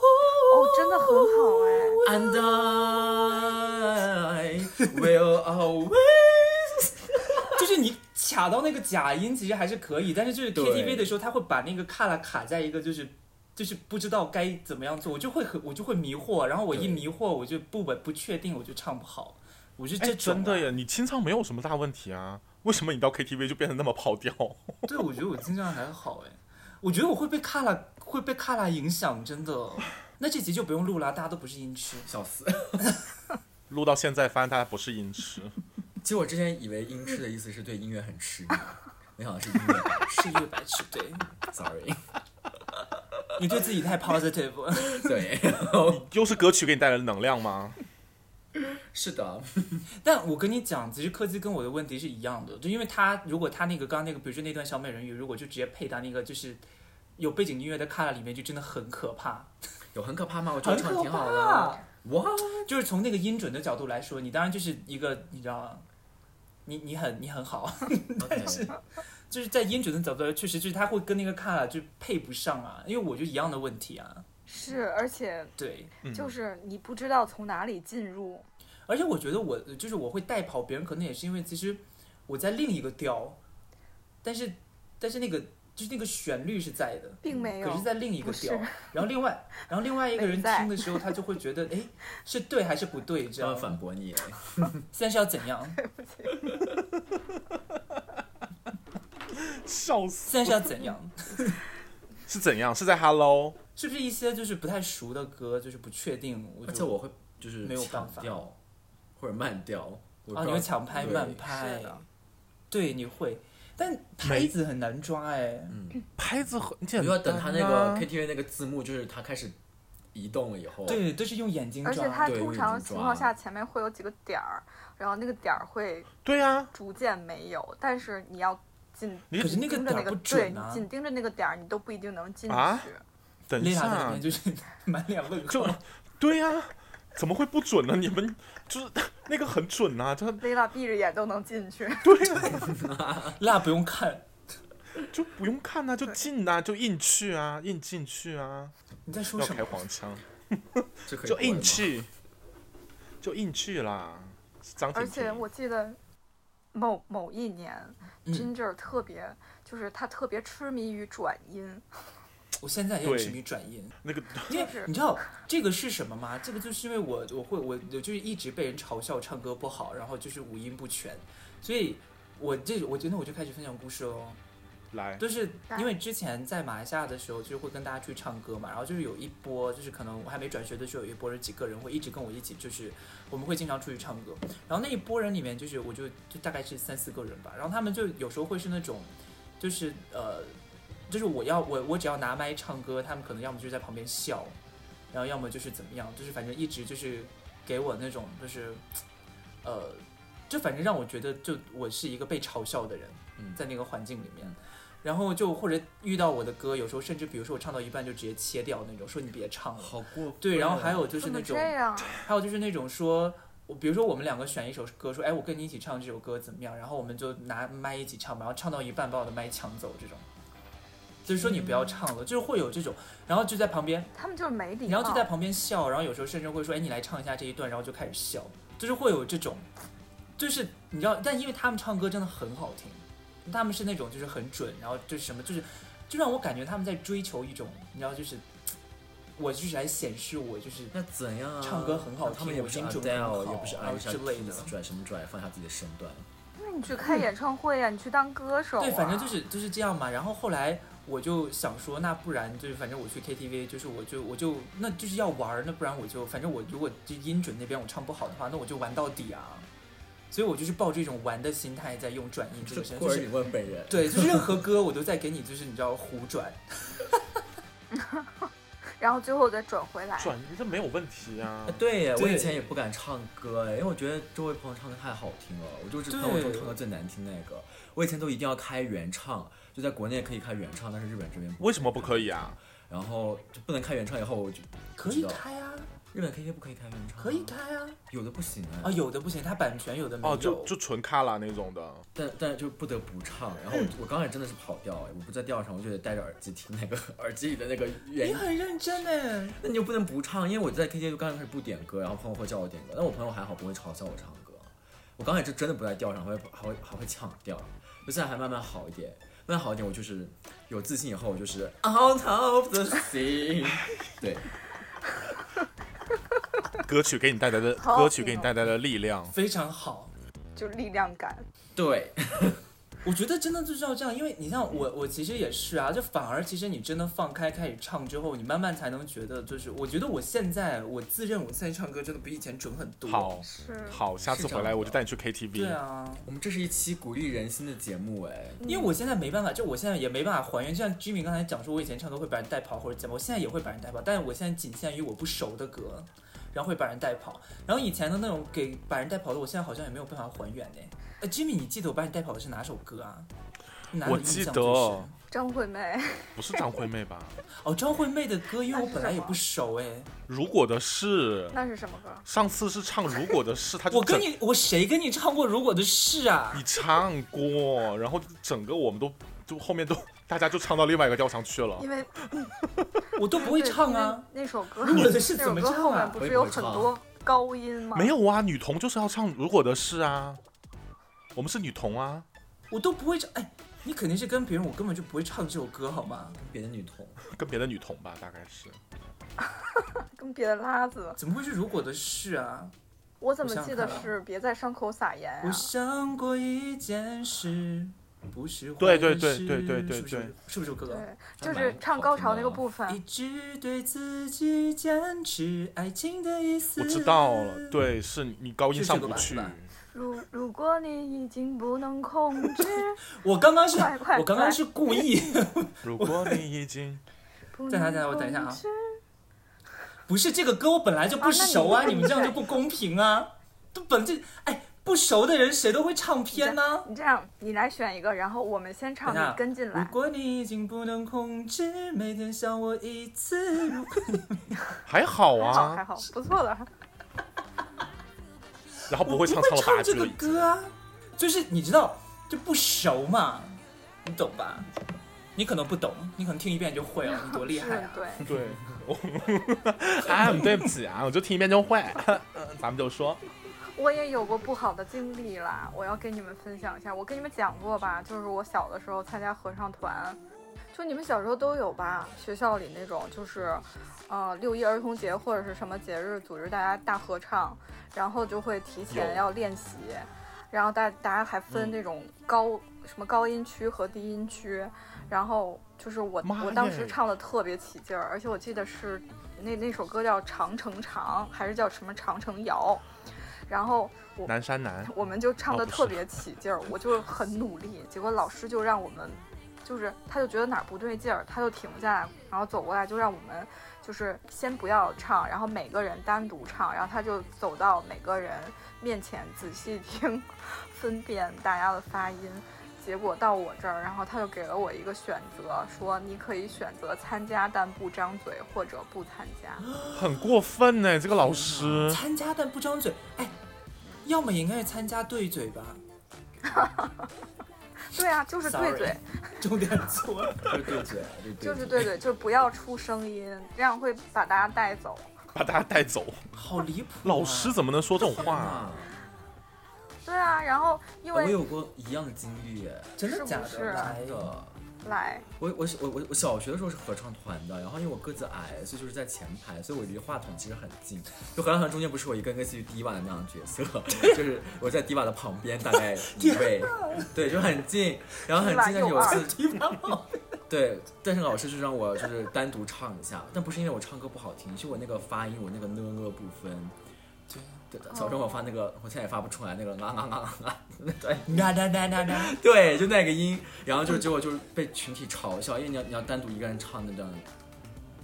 S3: 哦，真的很好哎。
S4: And I will always
S2: 就是你卡到那个假音，其实还是可以，但是就是 KTV
S4: 对
S2: 的时候，他会把那个卡拉卡在一个就是就是不知道该怎么样做，我就会很我就会迷惑，然后我一
S4: 对
S2: 迷惑，我就不稳不确定，我就唱不好，我是
S1: 哎，
S2: 这种、啊
S4: 啊
S1: 真的耶，，你清唱没有什么大问题啊，为什么你到 KTV 就变得那么跑调？
S2: 对，我觉得我经常还好哎，我觉得我会被卡拉会被卡拉影响，真的。那这集就不用录啦，大家都不是音痴。
S4: 笑死！
S1: 录到现在发现大家不是音痴，
S4: 其实我之前以为音痴的意思是对音乐很痴迷，没想到是音乐白
S2: 是越白痴，对
S4: 痴，sorry。
S2: 你对自己太 positive 了。
S4: 对，
S1: 又是歌曲给你带来的能量吗？
S4: 是的，
S2: 但我跟你讲，其实柯基跟我的问题是一样的，就因为他如果他那个刚刚那个，比如说那段小美人鱼，如果就直接配他那个就是有背景音乐的卡拉里面，就真的很可怕，
S4: 有很可怕吗？我觉
S2: 很
S4: 得唱得
S2: 可
S4: 挺好的。
S2: 怕。
S4: 哇，
S2: 就是从那个音准的角度来说，你当然就是一个你知道，你你很你很好，
S4: 但是
S2: 就是在音准的角度来说，确实就是他会跟那个卡拉就配不上啊，因为我就一样的问题啊，
S3: 是，而且
S2: 对。
S1: 嗯
S3: 就是你不知道从哪里进入。
S2: 而且我觉得我就是我会带跑别人，可能也是因为其实我在另一个调，但是但是那个就是那个旋律是在的，
S3: 并没有
S2: 可是在另一个
S3: 不是
S2: 调，然后另外然后另外一个人
S3: 没在
S2: 听的时候，他就会觉得哎是对还是不对，这
S4: 要
S2: 样
S4: 呃反驳你，
S2: 现在是要怎样？
S1: 笑死，
S2: 现在是要怎样？
S1: 是怎样？是在 Hello？
S2: 是不是一些就是不太熟的歌，就是不确定？我
S4: 而且
S2: 就
S4: 我会就是
S2: 没有办
S4: 强
S2: 法
S4: 调或者慢调。我不知道
S2: 啊，你会抢拍
S4: 对
S2: 慢拍
S3: 是的，
S2: 对，你会，但拍
S1: 没
S2: 子很难抓哎、
S1: 拍子很简单、
S4: 你要
S1: 啊，
S4: 等他那个 KTV 那个字幕，就是他开始移动了以后，
S2: 对，都是用眼睛抓，
S3: 而且它
S4: 对
S3: 通
S4: 会
S3: 常
S4: 紧
S3: 情
S4: 抓
S3: 况下前面会有几个点儿，然后那个点儿会
S1: 对啊，
S3: 逐渐没有，但是你要紧
S1: 你
S2: 可是那个点
S3: 盯着那
S2: 儿
S3: 个
S2: 不
S3: 对
S2: 准
S3: 你
S2: 啊。
S3: 紧盯着那个点儿，你都不一定能进去。
S1: 啊等一
S2: 丽塔在里
S1: 下
S2: 面，就是 满脸问
S1: 就
S2: 号，
S1: 对呀、怎么会不准呢？你们就是那个很准呐、这
S3: 薇拉闭着眼都能进去。
S2: 那不用看，
S1: 就不用看呐、就进呐、就硬去啊，硬进去啊，
S2: 你在说
S1: 要
S2: 什
S1: 开
S2: 么？
S1: 黄腔，
S4: 这可以
S1: 就
S4: 播了
S1: 硬
S4: 吗，
S1: 去，就硬去啦。张庭
S3: 而且
S1: 婷
S3: 我记得某某一年、
S2: 嗯
S3: g i n g e r 特别就是他特别痴迷于转音，
S2: 我现在也
S1: 对
S2: 痴迷转音，
S1: 那个
S2: 因为
S3: 是
S2: 你知道这个是什么吗？这个就是因为我我会我我就是一直被人嘲笑唱歌不好，然后就是五音不全，所以我这我觉得我就开始分享故事喽。
S1: 来，
S2: 就是
S3: 来
S2: 因为之前在马来西亚的时候，就是会跟大家去唱歌嘛，然后就是有一波，就是可能我还没转学的时候，有一波人几个人会一直跟我一起，就是我们会经常出去唱歌。然后那一波人里面，就是我就就大概是三四个人吧，然后他们就有时候会是那种，就是呃，就是我要我我只要拿麦唱歌，他们可能要么就在旁边笑，然后要么就是怎么样，就是反正一直就是给我那种就是呃，就反正让我觉得就我是一个被嘲笑的人
S1: 嗯，
S2: 在那个环境里面
S4: 嗯。
S2: 然后就或者遇到我的歌，有时候甚至比如说我唱到一半就直接切掉那种，说你别唱了。
S4: 好过分
S2: 对，然后
S4: 哦
S2: 还有就
S3: 怎
S2: 是
S3: 么
S2: 那
S3: 这
S2: 种，
S3: 样？啊
S2: 还有就是那种说，我比如说我们两个选一首歌，说哎我跟你一起唱这首歌怎么样，然后我们就拿麦一起唱吧，然后唱到一半把我的麦抢走这种，就是说你不
S3: 嗯
S2: 要唱了，就是会有这种，然后就在旁边
S3: 他们就是没礼貌。
S2: 然后就在旁边笑，然后有时候甚至会说：“哎，你来唱一下这一段。”然后就开始笑，就是会有这种，就是你知道，但因为他们唱歌真的很好听，他们是那种就是很准，然后就是什么就是，就让我感觉他们在追求一种，你知道，就是我就是来显示我就是
S4: 那怎样啊？
S2: 唱歌很好
S4: 他们也不是
S2: 听我音
S4: Adele，
S2: 准很好
S4: 也不是
S2: 然后
S4: Alicia
S2: 之类的
S4: Keys，拽什么拽，放下自己的身段。
S3: 那你去开演唱会呀、你去当歌手、啊。
S2: 对，反正就是就是这样嘛。然后后来我就想说，那不然就是反正我去 KTV，就是我就我就那就是要玩儿，那不然我就反正我如果就音准那边我唱不好的话，那我就玩到底啊。所以我就是抱着一种玩的心态在用转音这个事情，
S4: 或
S2: 就
S4: 者
S2: 是
S4: 你问本人，
S2: 对，就是任何歌我都在给你就是你知道胡转，
S3: 然后最后再转回来。
S1: 转移这没有问题啊
S4: 啊，对耶，我
S2: 呃对
S4: 以前也不敢唱歌哎，因为我觉得周围朋友唱歌太好听了，我就只
S2: 对
S4: 朋友中唱歌最难听那个。我以前都一定要开原唱，就在国内可以开原唱，但是日本这边不
S1: 为什么不可以啊？
S4: 然后就不能开原唱，以后我就
S2: 可以开啊，
S4: 日本 KTV 不可以开原唱啊，
S2: 可以开啊，
S4: 有的不行
S2: 啊
S4: 哎，
S2: 有的不行，它版权有的没有，
S1: 哦，就就纯卡拉那种的，
S4: 但但就不得不唱。然后
S2: 嗯
S4: 我我刚才真的是跑调哎，我不在调上，我就得戴着耳机听那个 耳机里的那个原
S2: 你很认真哎，
S4: 那你就不能不唱，因为我在 KTV 就刚开始不点歌，然后朋友会叫我点歌，但我朋友还好不会嘲笑我唱歌。我刚开始真的不在调上，还会还会还会抢调，就现在还慢慢好一点，慢慢好一点，我就是有自信以后，我就是 out of the sea，对，
S1: 歌曲给你带来的
S3: 好
S1: 歌曲给你带来的力量，
S2: 非常好。
S3: 就力量感。
S4: 对，
S2: 我觉得真的就是要这样，因为你像我，我其实也是啊，就反而其实你真的放开开始唱之后，你慢慢才能觉得，就是我觉得我现在我自认我现在唱歌真的比以前准很多。，
S1: 好
S3: 是
S1: 好，下次回来我就带你去
S2: 对
S1: KTV。
S2: 啊，
S4: 我们这是一期鼓励人心的节目哎，
S3: 嗯
S2: 因为我现在没办法，就我现在也没办法还原，就像 Jimmy 刚才讲说，我以前唱歌会把人带跑或者怎么，我现在也会把人带跑，但是我现在仅限于我不熟的歌，然后会把人带跑。然后以前的那种给把人带跑的，我现在好像也没有办法还原呢。呃，Jimmy，你记得我把你带跑的是哪首歌啊？哪
S1: 我
S2: 里印
S1: 记
S2: 象
S1: 得
S2: 最深？
S3: 嗯张惠妹，
S1: 不是张惠妹吧？
S2: 哦，张惠妹的歌，因为我本来也不熟哎。
S1: 如果的 事，
S3: 那是什么歌？
S1: 上次是唱如果的事，他 就
S2: 我跟
S1: 整
S2: 你，我谁跟你唱过《如果的事》啊
S1: 你？唱过，然后整个我们都就后面都大家就唱到另外一个调上去了
S3: 因。为
S2: 我都不会唱啊。
S3: 那首歌，
S2: 你的是怎么
S3: 那首歌
S2: 唱啊
S3: 后面不是有很
S4: 我也
S3: 多高音吗？
S1: 没，有啊，女童就是要唱如果的事啊，我们是女童啊。
S2: 我都不会唱。哎，你肯定是跟别人，我根本就不会唱这首歌，好吗？
S4: 别的女童，
S1: 跟别的女童吧，大概是。
S3: 跟别的拉子。
S2: 怎么会是《如果的事》啊？
S3: 我怎么
S2: 我想
S3: 记得
S2: 看啊
S3: 是别在伤口撒盐
S2: 我
S3: 啊？
S2: 想过一件事，不是坏
S1: 对对
S2: 事
S1: 对对对
S2: 是不是
S1: 对
S2: 是不是这首歌？
S3: 对，就是唱高潮那个部分
S2: 一。直对自己坚持，爱情的意思。
S1: 我知道了，。对，是你高音上不
S2: 嗯是这
S1: 去
S2: 个吧。
S3: 如如果你已经不能控 制，
S2: 我刚刚是
S3: 快快，
S2: 我刚刚是故意，
S1: 如果你已经，
S3: 不
S2: 等一下
S3: 能
S2: 等一下我等一下啊
S3: 控制。
S2: 不是这个歌我本来就不熟啊，
S3: 啊那
S2: 你
S3: 你
S2: 们这样就不公平啊！都本这哎不熟的人谁都会唱啊偏呢、
S3: 你这样，你来选一个，然后我们先
S2: 等
S3: 唱，
S2: 一下啊
S3: 你跟进
S2: 如
S3: 来。
S2: 果你已经不能控制，每天想我一次。如果
S1: 还好
S3: 哦还好 还
S1: 啊，
S3: 好，不错的。
S1: 然后不会唱
S2: 我
S1: 唱
S2: 不
S1: 了
S2: 会
S1: 八
S2: 唱
S1: 句了
S2: 这个
S1: 已经。
S2: 歌啊，就是你知道就不熟嘛，你懂吧？你可能不懂，你可能听一遍就会了，你多厉害
S3: 是
S2: 啊！
S3: 嗯对，
S1: 对，我啊，对 不起啊，我就听一遍就会， 咱们就说，
S3: 我也有过不好的经历啦，我要跟你们分享一下。我跟你们讲过吧，就是我小的时候参加合唱团，就你们小时候都有吧？学校里那种就是，呃，六一儿童节或者是什么节日组织大家大合唱，然后就会提前
S1: 有
S3: 要练习，然后大大家还分
S1: 嗯
S3: 这种高、什么高音区和低音区，然后就是我
S1: 妈
S3: 我当
S1: 耶
S3: 时唱的特别起劲儿，而且我记得是那那首歌叫《长城长》还是叫什么《长城谣》，然后我
S1: 南山南，
S3: 我们就唱的
S1: 哦不是
S3: 特别起劲儿，我就很努力，结果老师就让我们，就是他就觉得哪儿不对劲儿，他就停下来，然后走过来就让我们就是先不要唱，然后每个人单独唱，然后他就走到每个人面前仔细听，分辨大家的发音。结果到我这儿，然后他就给了我一个选择，说你可以选择参加但不张嘴，或者不参加。
S1: 很过分呢、这个老师，
S2: 参加但不张嘴，哎，要么也应该是参加对嘴吧，
S3: 对啊，就是对
S2: Sorry
S3: 嘴，
S2: 重点错了。
S4: 就是对嘴啊，
S3: 就
S4: 就是是
S3: 对
S4: 对嘴。
S3: 对，就是不要出声音，这样会把大家带走。
S1: 把大家带走，
S2: 好离谱、啊！
S1: 老师怎么能说这种话、啊？
S4: 哇，
S3: 对啊，然后因
S4: 我
S3: 为
S4: 有过一样的经历，哎
S2: 真的假的？
S3: 是不是啊
S2: 来
S4: 真的。
S3: 来
S4: 我我我我我小学的时候是合唱团的，然后因为我个子矮，所以就是在前排，所以我离话筒其实很近。就合唱团中间不是我一个人类似于迪瓦的那样的角色， 就是我在迪瓦的旁边大概一位，对，就很近，然后很近。但是有一次，
S2: 地方好，
S4: 对，但是老师就让我就是单独唱一下，但不是因为我唱歌不好听，是我那个发音，我那个呢呢不分。对，小时候我发那个，我现在也发不出来那个啊啊啊啊啊，对，
S2: 哒哒哒哒哒。
S4: 对，就那个音，然后就结果就是被群体嘲笑，因为你要你要单独一个人唱那段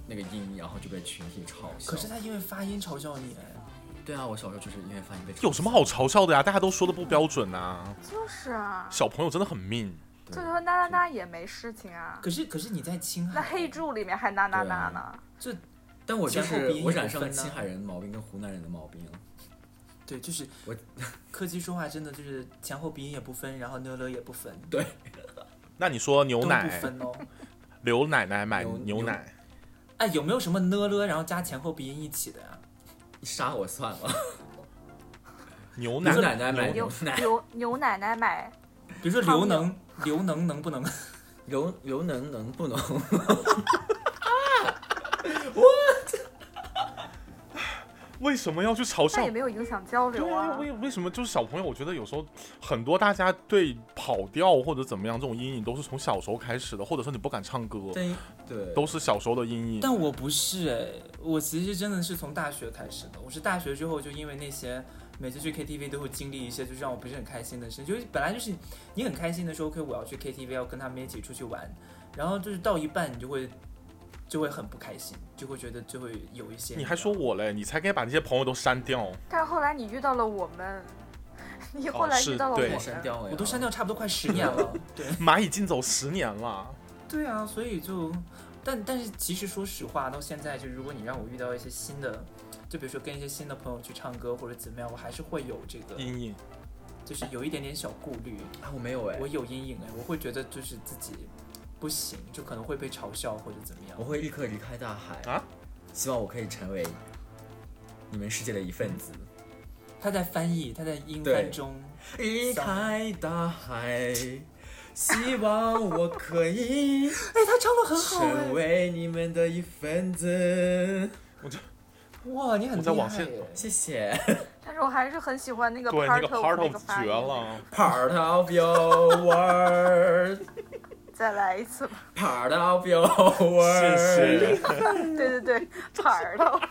S4: 那个音，然后就被群体嘲笑。
S2: 可是他因为发音嘲笑你，哎
S4: 对啊，我小时候就是因为发音被嘲笑
S1: 有什么好？嘲笑的呀、大家都说的不标准啊，
S3: 就是啊，
S1: 小朋友真的很命。
S4: 对
S3: 就是说那那那也没事情啊。
S2: 可是可是你在青
S3: 那
S2: 海，
S3: 黑柱里面还那那
S1: 啊
S3: 那呢，
S2: 这
S4: 但我就
S2: 其实我鼻
S4: 是
S2: 音
S4: 我
S2: 也
S4: 染
S2: 不
S4: 上了
S2: 分呐
S4: 青海人的毛病跟湖南人的毛病，
S2: 对就是
S4: 我
S2: 柯基说话真的就是前后鼻音也不分，然后呢了也不分，
S4: 对，
S1: 那你说牛
S2: 都不
S1: 奶，
S2: 分哦。
S1: 刘奶奶买
S4: 牛
S1: 牛
S4: 牛
S1: 奶，
S2: 哎，有没有什么呢了然后加前后鼻音一起的呀？
S4: 你杀我算了。
S1: 牛奶
S4: 牛奶奶买
S3: 牛
S4: 牛奶，
S3: 牛牛奶奶买
S2: 比如说刘能，刘能能不能？
S4: 刘刘能能不能？
S1: 为什么要去嘲
S3: 那
S1: 笑
S3: 也没有影响交流
S1: 对啊，
S3: 啊。
S1: 为为什么就是小朋友？我觉得有时候很多大家对跑调或者怎么样这种阴影都是从小时候开始的，或者说你不敢唱歌，
S4: 对对，
S1: 都是小时候的阴影。
S2: 但我不是哎，我其实真的是从大学开始的。我是大学之后就因为那些每次去 KTV 都会经历一些就是让我不是很开心的事，就是本来就是你很开心的时候，OK，我要去 KTV 要跟他们一起出去玩，然后就是到一半你就会就会很不开心，就会觉得就会有一些
S1: 你还说我嘞，你才该把那些朋友都删掉。
S3: 但是后来你遇到了我们，你后
S1: 哦
S3: 来
S1: 是
S3: 遇到了我
S1: 对
S4: 被
S3: 们，
S4: 删掉了呀，
S2: 我都删掉差不多快十 年了，对
S1: 蚂蚁竞走十年了，
S2: 对啊，所以就但但是其实说实话，到现在就如果你让我遇到一些新的，就比如说跟一些新的朋友去唱歌或者怎么样，我还是会有这个。
S1: 阴影。
S2: 就是有一点点小顾虑，
S4: 啊，我没有哎
S2: 我，有阴影哎，我会觉得就是自己不行，就可能会被嘲笑或者怎么样
S1: 哦
S4: 我。会立刻离开大海
S1: 啊！
S4: 希望我可以成为你们世界的一份子。
S2: 他在翻译，他在英
S4: 对
S2: 翻中，
S4: 离开大海，希望我可以
S2: 哎，他唱的很好
S4: 成
S2: 哎，
S4: 为你们的一份子。
S2: 哇，你很
S1: 我在
S2: 厉
S1: 网
S2: 害
S1: 线
S2: 耶！
S4: 谢谢
S3: 但是我还是很喜欢那个
S1: 对，
S3: part
S1: 那
S3: of
S1: 个 part
S3: 那
S1: of
S3: 个发
S1: 绝
S3: 音。
S1: 了。
S4: ，Part of your world,
S3: 再来一次吧。
S4: part of your
S1: 谢
S4: world。
S1: 谢。
S3: 对 对对，part of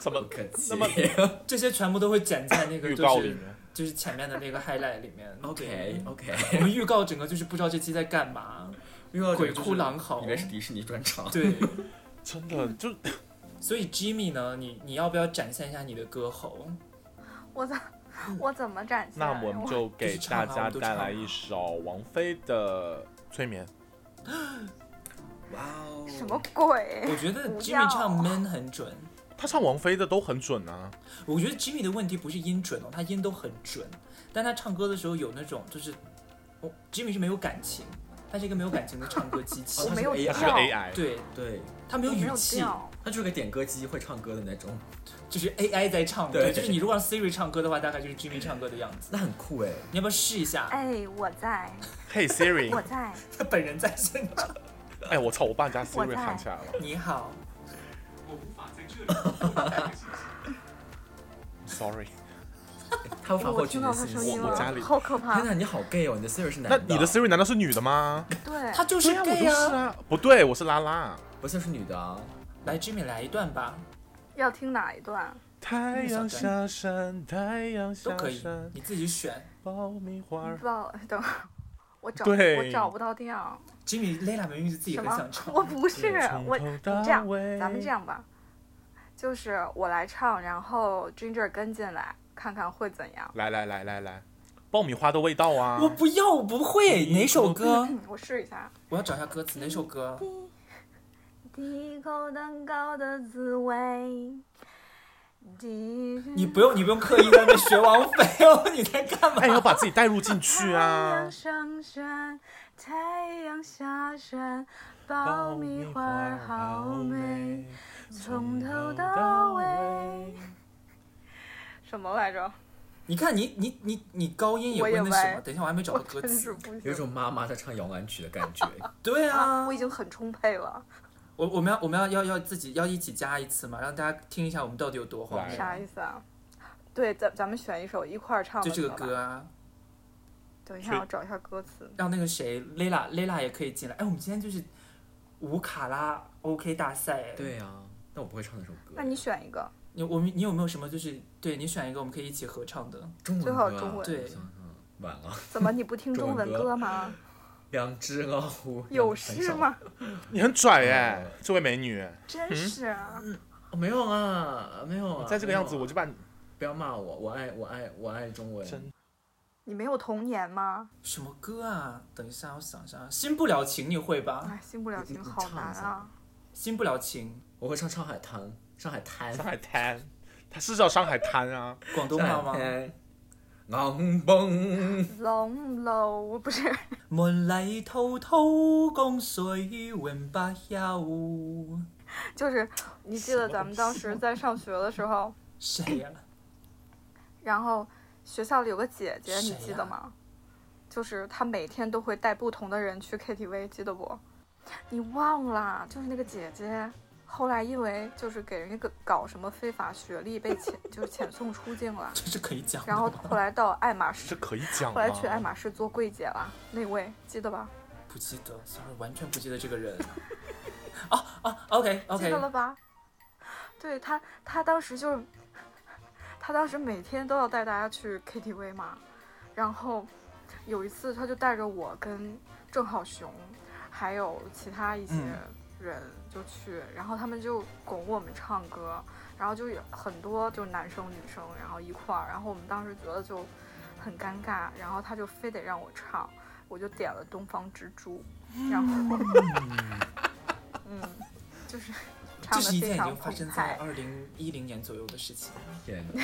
S1: 怎么
S4: 不客气
S1: 那么。
S2: 这些全部都会剪在那个
S1: 预
S2: 就
S1: 告里
S2: 是
S1: 面？
S2: 就是前面的那个 highlight 里面。
S4: OK
S2: 对
S4: OK，
S2: 我们预告整个就是不知道这期在干嘛。
S4: 因为
S2: 鬼哭狼嚎
S4: 应该是迪士尼专场。
S2: 对，
S1: 真的就
S2: 所以 Jimmy 呢，你你要不要展现一下你的歌喉？
S3: 我怎我怎么展现
S1: 那
S3: 呀？
S1: 我们就给大家带来一首王菲的《催眠》。
S4: 哇哦！
S3: 什么鬼？
S2: 我觉得
S3: 不
S2: Jimmy
S3: 要
S2: 唱 Man 很准，
S1: 他唱王菲的都很准啊，
S2: 我觉得 Jimmy 的问题不是音准哦，他音都很准，但他唱歌的时候有那种就是，哦，Jimmy 是没有感情，他是一个没有感情的唱歌机器
S4: 哦
S3: 我，没有
S4: 他
S1: 他
S4: 是
S3: 调，
S1: 是个 AI，
S2: 对
S4: 对，
S2: 他没
S3: 我
S2: 有
S3: 没
S2: 语
S3: 有
S2: 气，
S3: 调，
S4: 他就是个点歌机，会唱歌的那种，
S2: 就是 AI 在唱歌，
S4: 对
S2: 就是你如果让 Siri 唱歌的话，大概就是 Jimmy 唱歌的样子。
S4: 那很酷哎。
S2: 你要不要试一下？
S3: 哎，我在，
S1: 嘿
S3: 我
S1: Siri，
S3: 在，
S2: 他本人在现场。
S1: 哎，我操，我把人家
S3: 我
S1: Siri
S3: 在
S1: 喊起来了。
S2: 你好，
S1: Sorry，
S4: 他无法
S3: 我
S4: 获取
S3: 听
S4: 你
S3: 到
S4: 的
S3: 他
S4: 信
S3: 声
S4: 息。
S3: 音
S1: 我家里
S3: 了，好可怕
S4: 天。哪，你好 gay 哦！你的 Siri 是男
S1: 那
S4: 的？
S1: 你的 Siri 难道是女的吗？
S3: 对，
S2: 他就是
S1: 对啊，我就
S2: gay
S1: 是
S2: 啊。
S1: 啊，不对，我是拉拉。
S4: 不是是女的啊？
S2: 来，Jimmy 来一段吧，
S3: 要听哪一段？
S1: 太阳下山，太阳
S2: 都
S1: 下
S2: 可
S3: 啊
S2: 以
S1: 山，，
S2: 你自己选。
S1: 爆米花
S3: 不
S1: 儿
S3: 知。道，等会儿我找
S1: 对
S3: 我找不到调，
S2: Jimmy Layla 明明是自己
S3: 什
S2: 很
S3: 么
S2: 想？唱，
S3: 我不是
S1: 从
S3: 我，
S1: 头
S3: 你
S1: 到
S3: 这样，
S1: 尾
S3: 咱们这样吧，就是我来唱，然后 Ginger 跟进来，看看会怎样。
S1: 来来来来来，爆米花的味道啊！
S2: 我不要，我不会哪首歌？
S3: 嗯 我试一下。
S2: 我要找一下歌词，哪首歌？
S3: 第一口蛋糕的滋味。
S2: 你
S3: 你
S2: 不用，你不用刻意在那学王菲哦， 你在干嘛？
S1: 哎，要把自己带入进
S3: 太
S1: 去啊
S3: 阳！上山，太阳下山，爆米花儿好美，，从头到尾。什么来着？
S2: 你看你你你你高音也
S3: 我
S2: 会
S3: 也
S2: 那什么？
S3: 歪
S2: 等一下我还没找
S3: 我
S2: 到歌
S3: 真是
S2: 词。
S3: 不
S4: 有
S3: 行
S4: 一种妈妈在唱摇篮曲的感觉。
S2: 对啊，
S3: 啊！我已经很充沛了。
S2: 我我们要我们要要要自己要一起加一次嘛，让大家听一下我们到底有多荒
S1: 来
S2: 谬。
S3: 啥意思啊？对，咱咱们选一首一块儿唱的。
S2: 就这个歌。啊，
S3: 等一下，我找一下歌词。
S2: 让那个谁 Layla Layla 也可以进来。哎，我们今天就是五卡拉 OK 大赛。，哎
S4: 对啊，但我不会唱那首歌。
S3: 那你选一个，
S2: 你我们你有没有什么就是对你选一个我们可以一起合唱的？
S4: 中文
S3: 最
S4: 歌
S3: 好
S4: 啊
S3: 中文
S2: 对
S4: 我想想晚了，
S3: 怎么你不听
S4: 中
S3: 中
S4: 文
S3: 文
S4: 歌
S3: 歌吗？
S4: 两只老虎
S3: 有事？吗？
S1: 你很拽哎，这位美女，
S3: 真是啊！
S4: 哦没有啊，没有啊。
S1: 再这个样子
S4: 没有
S1: 我
S4: 啊
S1: 就把你
S4: 不要骂我，我爱我爱我爱中文。
S1: 真
S3: 你没有童年吗？
S2: 什么歌啊？等一下，我想一下，《新不了情》你会吧？
S3: 哎，新不了
S4: 你
S3: 情
S4: 你
S3: 好
S4: 唱一
S3: 难
S4: 下
S3: 啊！
S2: 《新不了情
S4: 我会唱《上海滩》，上海滩，
S1: 上海滩，它是叫上海滩啊。》
S2: 广东话 吗？
S4: 昂蹦，
S3: 龙楼不是
S2: 门里滔滔江水永不休。
S3: 就是，你记得咱们当时在上学的时候，
S2: 谁呀、
S3: 然后学校里有个姐姐，
S2: 谁
S3: 你
S2: 呀
S3: 记得吗？就是她每天都会带不同的人去 KTV，记得不？你忘了？就是那个姐姐，后来因为就是给人家搞什么非法学历被遣，就是遣送出境了，
S2: 这是可以讲的
S3: 然后后来到爱马仕
S1: 这，可以讲
S3: 后
S1: 吗？
S3: 来去爱马仕做柜姐了，那位记得吧？
S2: 不记得，sorry，完全不记得这个 人。哦哦，OK
S3: 记得
S2: OK，
S3: 了吧？对他，他当时就是，他当时每天都要带大家去 KTV 嘛，然后有一次他就带着我跟郑浩雄，还有其他一些
S2: 嗯
S3: 人就去，然后他们就拱我们唱歌，然后就有很多就是男生女生，然后一块儿，然后我们当时觉得就很尴尬，然后他就非得让我唱，我就点了《东方之珠》，然后，嗯，就是
S2: 这
S3: 唱的
S2: 是一件
S3: 非
S2: 已
S3: 常
S2: 经
S3: 澎
S2: 发生在
S3: 湃。
S2: 二零一零年左右的事情。
S4: 天哪！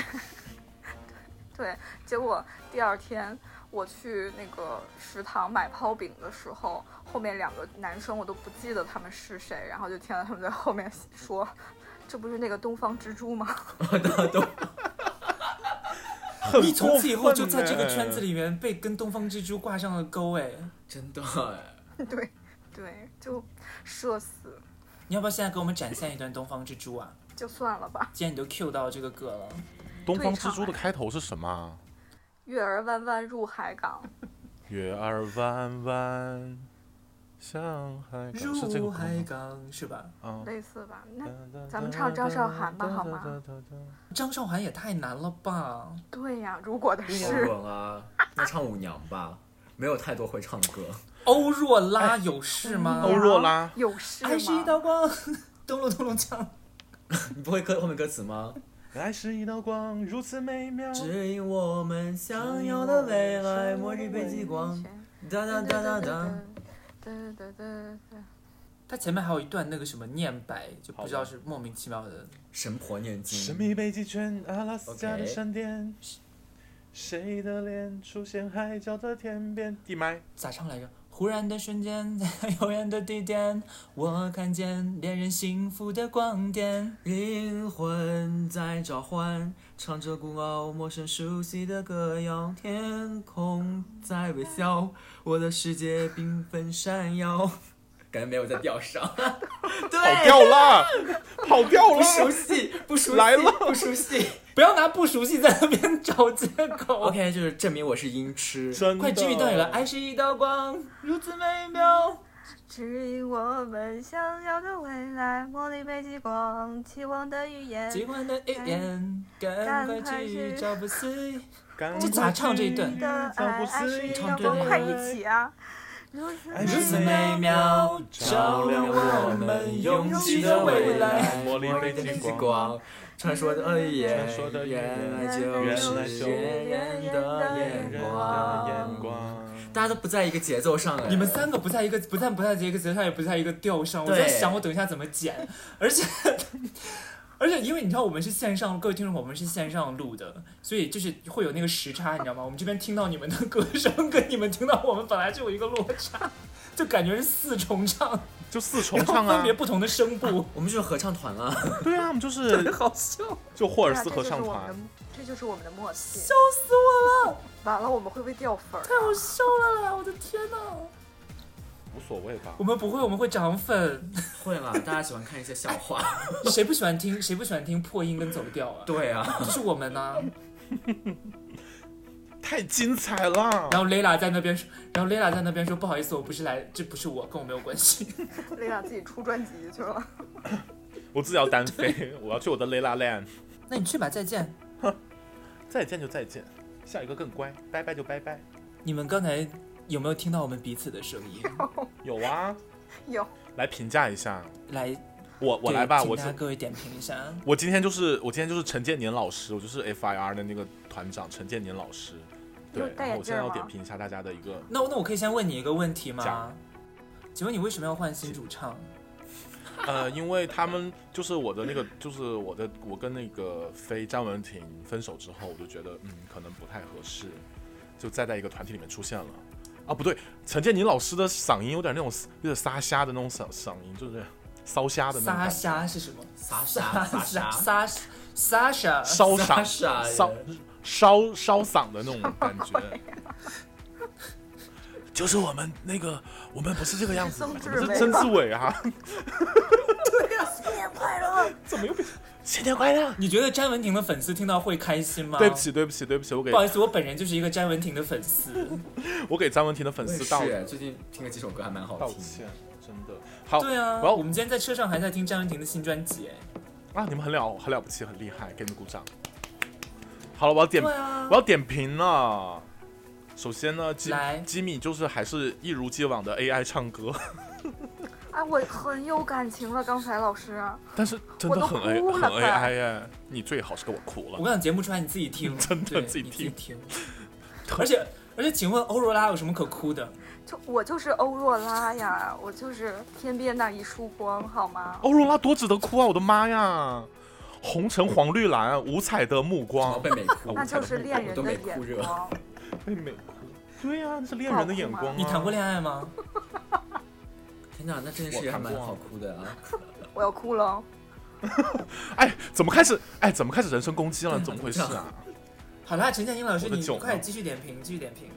S3: 对，结果第二天我去那个食堂买泡饼的时候，后面两个男生我都不记得他们是谁，然后就听到他们在后面说：“这不是那个东方之珠吗
S2: 你从此以后就在这个
S1: 过分呢
S2: 圈子里面被跟东方之珠挂上了钩，哎，
S4: 真的哎，？”
S3: 对，对，就社死，
S2: 你要不要现在给我们展现一段东方之珠啊？
S3: 就算了吧。
S2: 既然你都 Q 到这个歌了，
S1: 东方之珠的开头是什么啊？
S3: 月儿弯弯入海港，
S1: 月儿弯弯向海港，是这个
S2: 入
S1: 歌
S2: 海
S1: 吗？
S2: 港是吧？
S1: 啊。
S3: 类似吧？那
S2: 嗯
S3: 咱们唱张韶涵吧好吗？
S2: 张韶涵也太难了吧？
S3: 对呀、如果的
S4: 中
S3: 是
S4: 文啊，那唱舞娘吧，没有太多会唱的歌。
S2: 欧若拉有事吗？
S1: 欧若拉
S3: 有事
S2: 爱是一
S3: 吗？
S2: 道光，咚隆咚隆锵。
S4: 你不会歌后面歌词吗？
S1: 爱是一道光，如此美妙。
S4: 指引我们想要的未来，末日被激光。哒哒哒哒哒，
S3: 哒哒哒哒
S2: 他前面还有一段那个什么念白，就
S1: 好
S2: 不
S1: 的
S2: 知道是莫名其妙的。
S4: 神婆念经，
S1: 神秘北极圈，阿拉斯加的
S4: OK
S1: 闪电。谁的脸出现海角的天边？地麦，
S2: 咋唱来着？忽然的瞬间， 在遥远的地点，我看见恋人幸福的光点。
S4: 灵魂在召唤，唱着古老、陌生、熟悉的歌谣。天空在微笑，我的世界缤纷闪 耀。感觉没有在调 上，
S1: 跑
S4: 对，
S1: 掉了， 跑掉
S4: 不熟
S1: 了。
S4: 悉，不熟悉，
S1: 来了
S4: 不熟悉。
S2: 不要拿不熟悉在那边找借口。啊
S4: OK，就是证明我是音痴。
S1: 真的，
S2: 快治愈到你了，爱是一道光，如此美妙。
S3: 指引我们想要的未来，茉莉北极光，期望的语言。
S2: 喜欢的一眼，哎赶快去哎找不思。
S1: 赶
S2: 这咋唱这一段
S1: 快去
S3: 的
S1: 找
S3: 爱，
S1: 不
S3: 爱是
S1: 思
S3: 一
S1: 议
S3: 道
S4: 唱对
S3: 光，
S4: 了
S3: 快一起啊！如此
S1: 哎
S2: 如
S1: 如
S2: 此
S1: 此
S2: 美
S1: 美
S2: 妙，照
S4: 照
S2: 亮
S4: 亮
S2: 我
S4: 我
S2: 们
S4: 们
S2: 拥
S4: 拥
S2: 挤
S4: 挤
S2: 的
S4: 的
S2: 未
S4: 未
S2: 来。
S4: 来，
S1: 魔力
S4: 我
S1: 被
S4: 的
S1: 激
S4: 激
S1: 光
S4: 光，传说的哎语言，
S1: 传说的语言
S4: 原来
S1: 原
S4: 就
S1: 来
S4: 是
S1: 就
S4: 恋人的
S1: 人
S4: 眼
S1: 的眼
S4: 光。
S1: 光。
S4: 大家都不在一个节奏上哎，
S2: 你们三个不在一个，不但不在一个节奏上，也不在一个调上。我
S4: 对
S2: 在想，我等一下怎么剪，而且。 而且，因为你知道我们是线上，各位听众，我们是线上录的，所以就是会有那个时差，你知道吗？我们这边听到你们的歌声，跟你们听到我们本来就有一个落差，就感觉是四重唱，
S1: 就四重
S2: 然后
S1: 唱
S2: 分
S1: 啊
S2: 别，不同的 声部，
S4: 我们就是合唱团啊，
S1: 对啊，我们 就是
S2: 好笑，
S1: 啊就霍
S3: 哎
S1: 尔
S3: 呀
S1: 斯合唱
S3: 这就是我
S1: 团
S3: 们，的，这就是我们的默契。
S2: 笑死我了，
S3: 完了，我们会不会掉粉儿啊？
S2: 太好笑了啦！我的天哪，
S1: 无所谓吧
S2: 我？们不会，我们会涨粉，
S4: 会啦，大家喜欢看一些笑 话。
S2: 谁不喜欢听？谁不喜欢听破音跟走调啊？
S4: 对啊，
S2: 就是我们呢、
S1: 太精彩了
S2: 然！后 Lela 在那边说，然后 Lela 在那边说，不好意思，我不是来，这不是我，跟我没有关系。
S3: 雷娜自己出专辑去了。
S1: 我自己要单飞， 我要去我的 l a l Land。
S2: 那你去吧，再见。
S1: 再见就再见，下一个更乖，拜拜就拜拜。
S2: 你们刚才有没有听到我们彼此的声 音？
S1: 有啊，
S3: 有，
S1: 来评价一下，
S2: 来，
S1: 我我
S2: 对
S1: 来吧，
S2: 请
S1: 我
S2: 大
S1: 是
S2: 家各位点评一下。
S1: 我今天就是我今天就是陈建年老师，我就是 FIR 的那个团长陈建年老师。
S3: 有
S1: 对，
S3: 戴
S1: 然后我现
S3: 眼镜
S1: 在要
S3: 吗
S1: 点评一下大家的一个，
S2: 那那我可以先问你一个问题吗
S1: 讲？
S2: 请问你为什么要换新主唱？
S1: 呃，因为他们就是我的那个，就是我的我跟那个非张文婷分手之后，我就觉得嗯，可能不太合适，就再在一个团体里面出现了。啊，不对，陈建宁老师的嗓音有点那种有点沙瞎的那种嗓嗓音，就是骚瞎的那种
S2: 撒
S1: 感觉，
S2: 莎是什么？
S4: 撒傻撒
S2: 莎
S4: 傻
S2: 莎莎莎
S1: 烧
S4: 撒
S1: 嗓
S4: 傻
S1: 烧烧烧嗓的那种感觉。就是我们那个，我们不是这个样子的，
S3: 宋
S1: 怎
S3: 志
S1: 么是
S3: 伟
S1: 曾
S3: 吧
S1: 志伟啊？
S3: 新年快乐！
S1: 怎么又变？新年快乐！
S2: 你觉得詹雯婷的粉丝听到会开心吗？
S1: 对不，起，对不起，对不起，我给
S2: 不好意思，我本人就是一个詹雯婷的 粉丝。
S1: 哦我给张文婷的粉丝道
S4: 是最近听了几首歌还蛮好
S1: 道
S4: 听。
S1: 歉，真的。好，
S2: 对啊，
S1: 我要
S2: 我们今天在车上还在听张文婷的新专辑，哎，
S1: 啊，你们很了很了不起，很厉害，给你们鼓掌。好了，我要点、
S2: 对啊
S1: 我，要点评了。首先呢，吉
S2: 来
S1: 吉米就是还是一如既往的 AI 唱歌，
S3: 哎，我很有感情了，刚才老师。
S1: 但是真的
S3: 我都
S1: 很 A
S3: 哭
S1: 很
S3: 了
S1: AI 哎，你最好是给我哭了。
S2: 我跟你讲，节目出来你自己听，
S1: 真的
S2: 对
S1: 自己
S2: 你
S1: 听
S2: 听。而且而且，请问欧若拉有什么可哭的？
S3: 就我就是欧若拉呀，我就是天边那一束光，好吗？
S1: 欧若拉多值得哭啊！我的妈呀，红橙黄绿蓝，五彩的目
S4: 然后
S1: 光
S4: 被美哭，
S3: 那 就是恋
S4: 我
S3: 人
S4: 都
S3: 的
S4: 没哭
S3: 眼
S4: 热。
S3: 光。
S1: 被美哭。对呀、那是恋人的眼光、啊。
S2: 你谈过恋爱吗？
S4: 天哪，那这件事也还蛮好哭的啊！
S3: 我要哭了，
S1: 哎，怎么开始？哎，怎么开始人身攻击
S2: 嗯
S1: 了？
S4: 对啊
S1: 怎么回事啊？
S2: 好啦，陈建英老师，
S1: 我的
S2: 你
S1: 囧啊
S2: 快继续点评，继续点评。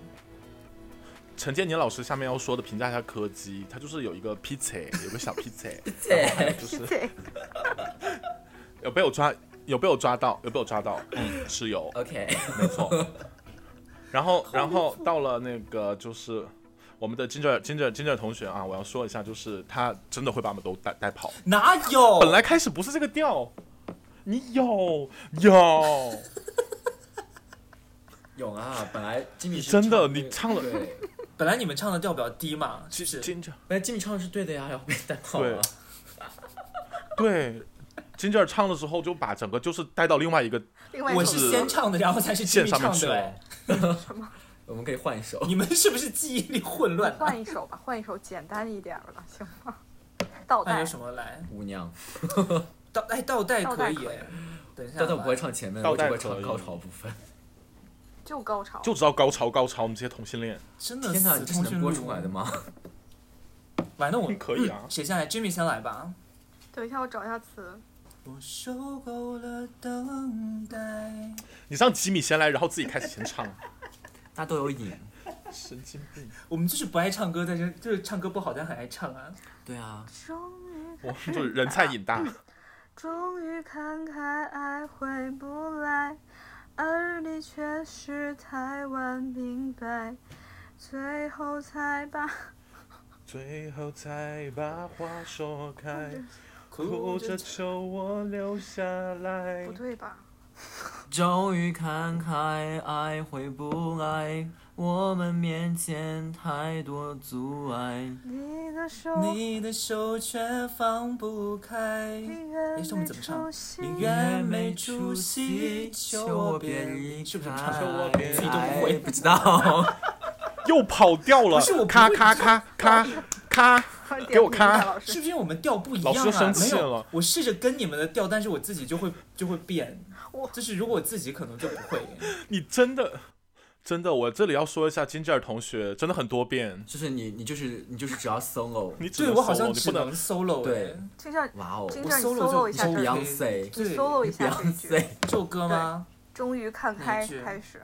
S1: 陈建年老师下面要说的评价一下柯基，他就是有一个 pizza，有个小 pizza，
S4: 对
S1: 然后还有就是
S3: 对，
S1: 有被我抓，有被我抓到，有被我抓到，嗯，是有，
S4: OK，
S1: 没错。然后，然后到了那个就是我们的 Ginger Ginger Ginger 同学啊，我要说一下，就是他真的会把我们都带带跑。
S2: 哪有？
S1: 本来开始不是这个调，你有有，
S4: 有啊，本来吉米是
S1: 真的
S4: 唱
S1: 你唱了
S4: 对，
S2: 本来你们唱的调比较低嘛，是
S1: 金
S2: 不是？
S1: Ginger
S4: 本来吉米唱的是对的呀，然后被带啊跑了。
S1: 对 Ginger 唱了之后，就把整个就是带到另外一个
S3: 另外一
S2: 我
S3: 首
S2: 是
S1: 是
S2: 先唱的，然后才是
S1: 线
S2: 继续
S1: 上面哦
S2: 唱
S1: 去
S2: 的。
S1: 了
S2: 哎。
S4: 我们可以换一首，
S2: 你们是不是记忆力混乱啊？
S3: 换一首吧，换一首简单一点儿了，行吗？倒
S2: 那
S3: 带
S2: 有，什么来
S4: 姑娘，
S2: 倒哎倒带
S3: 倒带
S2: 以
S3: 可以
S2: 哎，等一下吧，
S4: 但但我不会唱前面，
S1: 倒
S4: 我只
S1: 带
S4: 会
S1: 可
S4: 唱
S1: 以
S4: 高潮部分。
S3: 就高潮。
S1: 就知道高潮高潮，我们这些同性恋啊
S2: 真的
S4: 天哪，
S2: 死
S4: 你这是
S2: 通讯
S4: 能
S2: 录
S4: 播出来的？吗？
S2: 完了我
S1: 可以啊。
S2: 谁先来？Jimmy 先来吧。
S3: 等一下，我找一下词。
S2: 我受够了等待。
S1: 你让吉米先来，然后自己开始先唱，
S4: 大家都有瘾。
S1: 神经病！
S2: 我们就是不爱唱歌，但是就是唱歌不好，但很爱唱啊。
S4: 对啊，
S3: 终于，
S1: 我们就是人菜瘾大，
S3: 终于看开，爱回不来，而你却是太晚明白，最后才把
S1: 最后才把话说开，
S2: 哭着
S1: 求我留下来
S3: 不对吧？
S4: 终于看开，爱回不来，我们面前太多阻碍。
S3: 你的手，
S2: 你的手却放不开。
S3: 你远
S2: 哎这我
S3: 没
S2: 们怎么唱
S3: 出息。
S2: 你原没出息，求我别离。是不是唱？
S1: 求我别离
S2: 自己都不会
S4: 不知道。
S1: 又跑调了
S2: 不是我，不
S1: 咔
S2: 会
S1: 咔咔咔咔，
S3: 快点
S1: 给我
S3: 评价
S1: 咔
S3: 老
S2: 是
S3: 师，
S2: 不是因为我们调不一样
S1: 老
S2: 啊？
S1: 师都生气
S2: 没有
S1: 了。
S2: 我试着跟你们的调，但是我自己就会就会变
S3: 我。
S2: 就是如果我自己可能就不会。
S1: 你真的真的，我这里要说一下金吉尔同学真的很多变，
S4: 就是你，你就是你就是只 要 solo，
S1: 你只
S2: 对
S1: 能
S2: 我好
S1: solo，
S2: 像
S1: 你
S2: 只
S1: 不能
S2: 能 solo
S4: 对
S2: 哎
S3: 听下
S4: 哇哦，
S3: 金
S2: 我
S3: 这儿你
S2: solo 就
S3: solo 一下
S4: 你
S3: 这
S4: 是
S3: 个，
S4: Beyonce
S3: 你
S2: 对
S3: solo 一下这句。
S4: Beyonce，
S2: 这首歌吗？
S3: 终于看开
S2: 哪句
S3: 开始，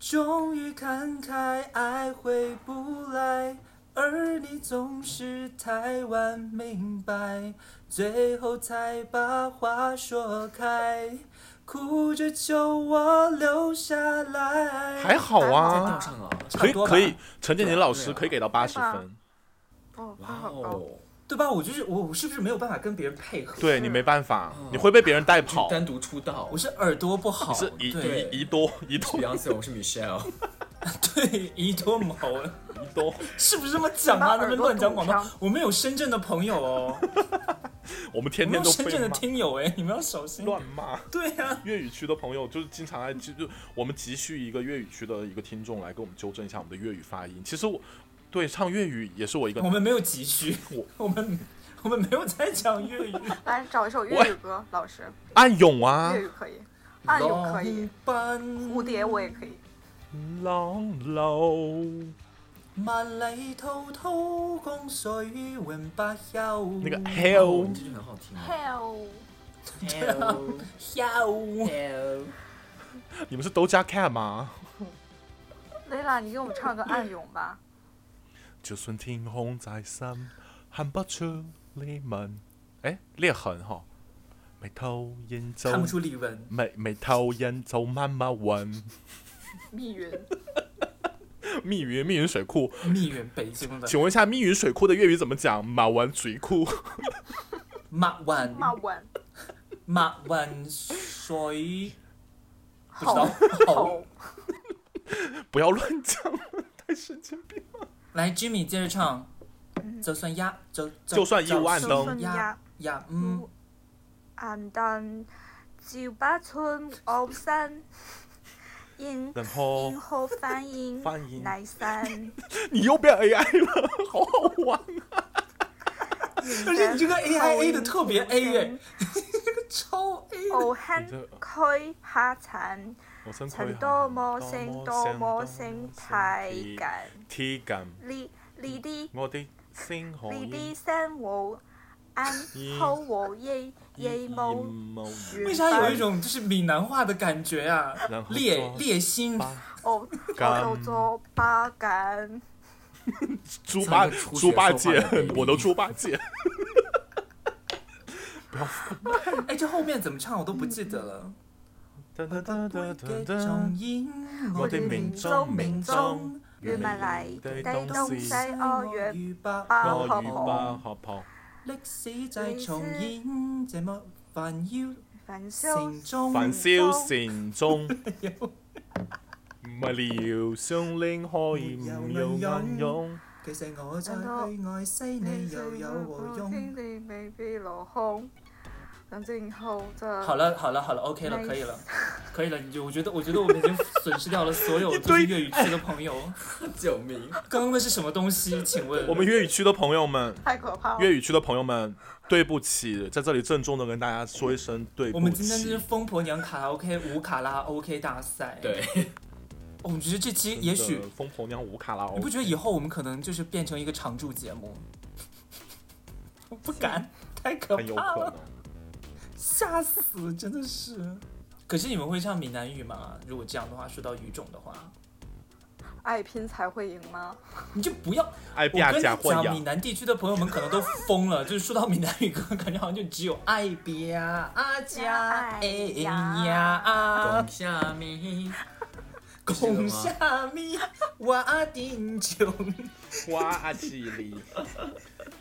S2: 终于看开，爱回不来，而你总是太晚明白，最后才把话说开，哭着求我留下来。
S1: 还好
S4: 大
S1: 啊，
S4: 上啊，
S1: 可以
S2: 差不多吧
S1: 可以，陈建宁老
S4: 对
S1: 师
S4: 啊
S1: 可以给到八十
S3: 对吧
S1: 分，
S3: 哦，
S4: 哇
S3: 好高，
S4: 哦，
S2: 对吧？我就是我，我是不是没有办法跟别人配合？
S1: 对
S3: 是
S1: 你没办法
S4: 嗯，
S1: 你会被别人带
S4: 就
S1: 跑，
S4: 单独出道
S2: 我。是耳朵不好，
S1: 你是移
S2: 对
S4: 对
S1: 移移多移多
S4: Beyonce，我是 Michelle，
S2: 对，一多毛，
S1: 移多，
S2: 是不是这么讲啊？
S3: 你把
S2: 那
S3: 耳
S2: 边
S3: 朵
S2: 乱讲
S3: 堵
S2: 广告
S3: 上，
S2: 我们有深圳的朋友哦，
S1: 我们
S2: 我
S1: 天天
S2: 们有
S1: 都
S2: 深圳
S1: 被
S2: 的
S1: 骂
S2: 听友哎，你们要小心。
S1: 乱骂。
S2: 对呀、
S1: 粤语区的朋友就是经常来，就就我们急需一个粤语区的一个听众来给我们纠正一下我们的粤语发音。其实我对唱粤语也是我一个
S2: 我们没有急需，
S1: 我
S2: 我们我们没有在讲 粤语。
S3: 来找一首粤
S1: 我
S3: 语歌，老师，
S1: 暗涌啊
S3: 粤，语可以，暗涌可以，
S2: 班
S3: 蝴蝶我也可以，
S1: 浪流
S2: 萬里滔滔江水永不休。
S1: 那个
S4: 哦
S1: hell
S2: 嗯
S4: 你这句很好听啊。
S3: hell，
S2: 休，
S1: 你们是都加 cat 吗？
S3: 雷拉，你给我们唱个暗涌吧，
S1: 就算天空再深，看不出裂纹。哎，裂痕哈，眉头眼皱
S2: 看，不出李玟。
S1: 眉眉头眼皱慢慢纹。
S3: 密云，
S1: 密云密云水库，
S2: 密云北京的
S1: 请问一下，密云水库的粤语怎么讲？马湾水库，
S2: 墨云
S3: 骂稳，
S2: 墨云水，不知
S3: 吼
S2: 道好。
S3: 吼，
S1: 不要乱讲了，太神经病。
S2: 来，Jimmy 接着唱。就算一，嗯就
S1: 就算一屋暗
S3: 就
S1: 灯
S3: 算一
S2: 呀呀嗯，
S3: 暗淡，照不出我身，影
S1: 然后
S3: 影何反应
S1: 反应
S3: 泥身，
S1: 你又变 AI 了， 好好玩。
S2: 而且你这个 AIA 的特别 A 哎，这个 超 A 的。
S3: 傲
S1: 你这
S3: 輕區下層，
S1: 我身
S3: 曾多麼聲多麼聲太近，
S1: 貼近
S3: 呢呢啲
S1: 我的星河
S2: 嗯
S3: 呢
S1: 已
S3: 啲聲和暗好和夜夜冇
S1: 無
S3: 樹
S2: 为啥有一种就是闽南话的感觉啊
S1: 然？后
S2: 猎
S1: 说
S2: 猎心，
S3: 我我到咗巴緊，
S1: 猪八
S4: 像个初学
S1: 猪八
S4: 说
S1: 戒
S4: 话的，
S1: 我的猪八 戒。
S2: 哎，这后面怎么唱我都不记得了。
S1: 我
S2: 我
S1: 的
S2: 的
S1: 命
S2: 命
S1: 中
S2: 中
S1: 命
S2: 命
S1: 中
S2: 中，
S3: 原物嚟
S1: 地
S3: 地
S1: 東
S3: 東
S1: 西
S3: 西我
S2: 約
S3: 願
S2: 百
S1: 我
S3: 我
S1: 與
S3: 與
S1: 巴
S3: 巴
S1: 合抱，
S2: 歷史在重演，這麼煩擾
S3: 焚燒
S2: 城中。
S1: 焚燒禪 宗。唔係療傷令可以唔用暗湧，
S2: 其實我在去愛西，你又有何
S3: 天
S2: 用？
S3: 地未必落空。然后后的
S2: 好了好了好了，OK 了，
S3: Nice
S2: 可以了，可以了。你就我觉得，我觉得我们已经损失掉了所有就是粤语区的朋友。
S4: 救 命！
S2: 刚刚那是什么东西？请问
S1: 我们粤语区的朋友们，
S3: 太可怕了。
S1: 粤语区的朋友们，对不起，在这里郑重的跟大家说一声对
S2: 我
S1: 不
S2: 们今天是
S1: 起。
S2: 疯婆娘卡拉 OK 无卡拉 OK 大赛。
S4: 对，
S2: 哦，我觉得这期也许
S1: 真的疯婆娘无卡拉
S2: 你不
S1: 哦，
S2: 觉得以后我们可能就是变成一个常驻节目？ 我不敢，太可
S1: 很有
S2: 怕
S1: 可
S2: 了，
S1: 能。
S2: 吓死，真的是。可是你们会唱闽南语吗？如果这样的话，说到语种的话，
S3: 爱拼才会赢吗？
S2: 你就 不要。
S1: 哎，
S2: 我
S1: 别
S2: 跟你
S1: 假混
S2: 讲， 闽
S1: 呀！
S2: 南地区的朋友们可能都疯了，就是说到闽南语 歌，感觉好像就只有爱别啊、阿家、哎呀、啊
S4: 拱。下面，
S2: 拱
S4: 是吗
S2: 下米，我顶穷，
S1: 哇，起立！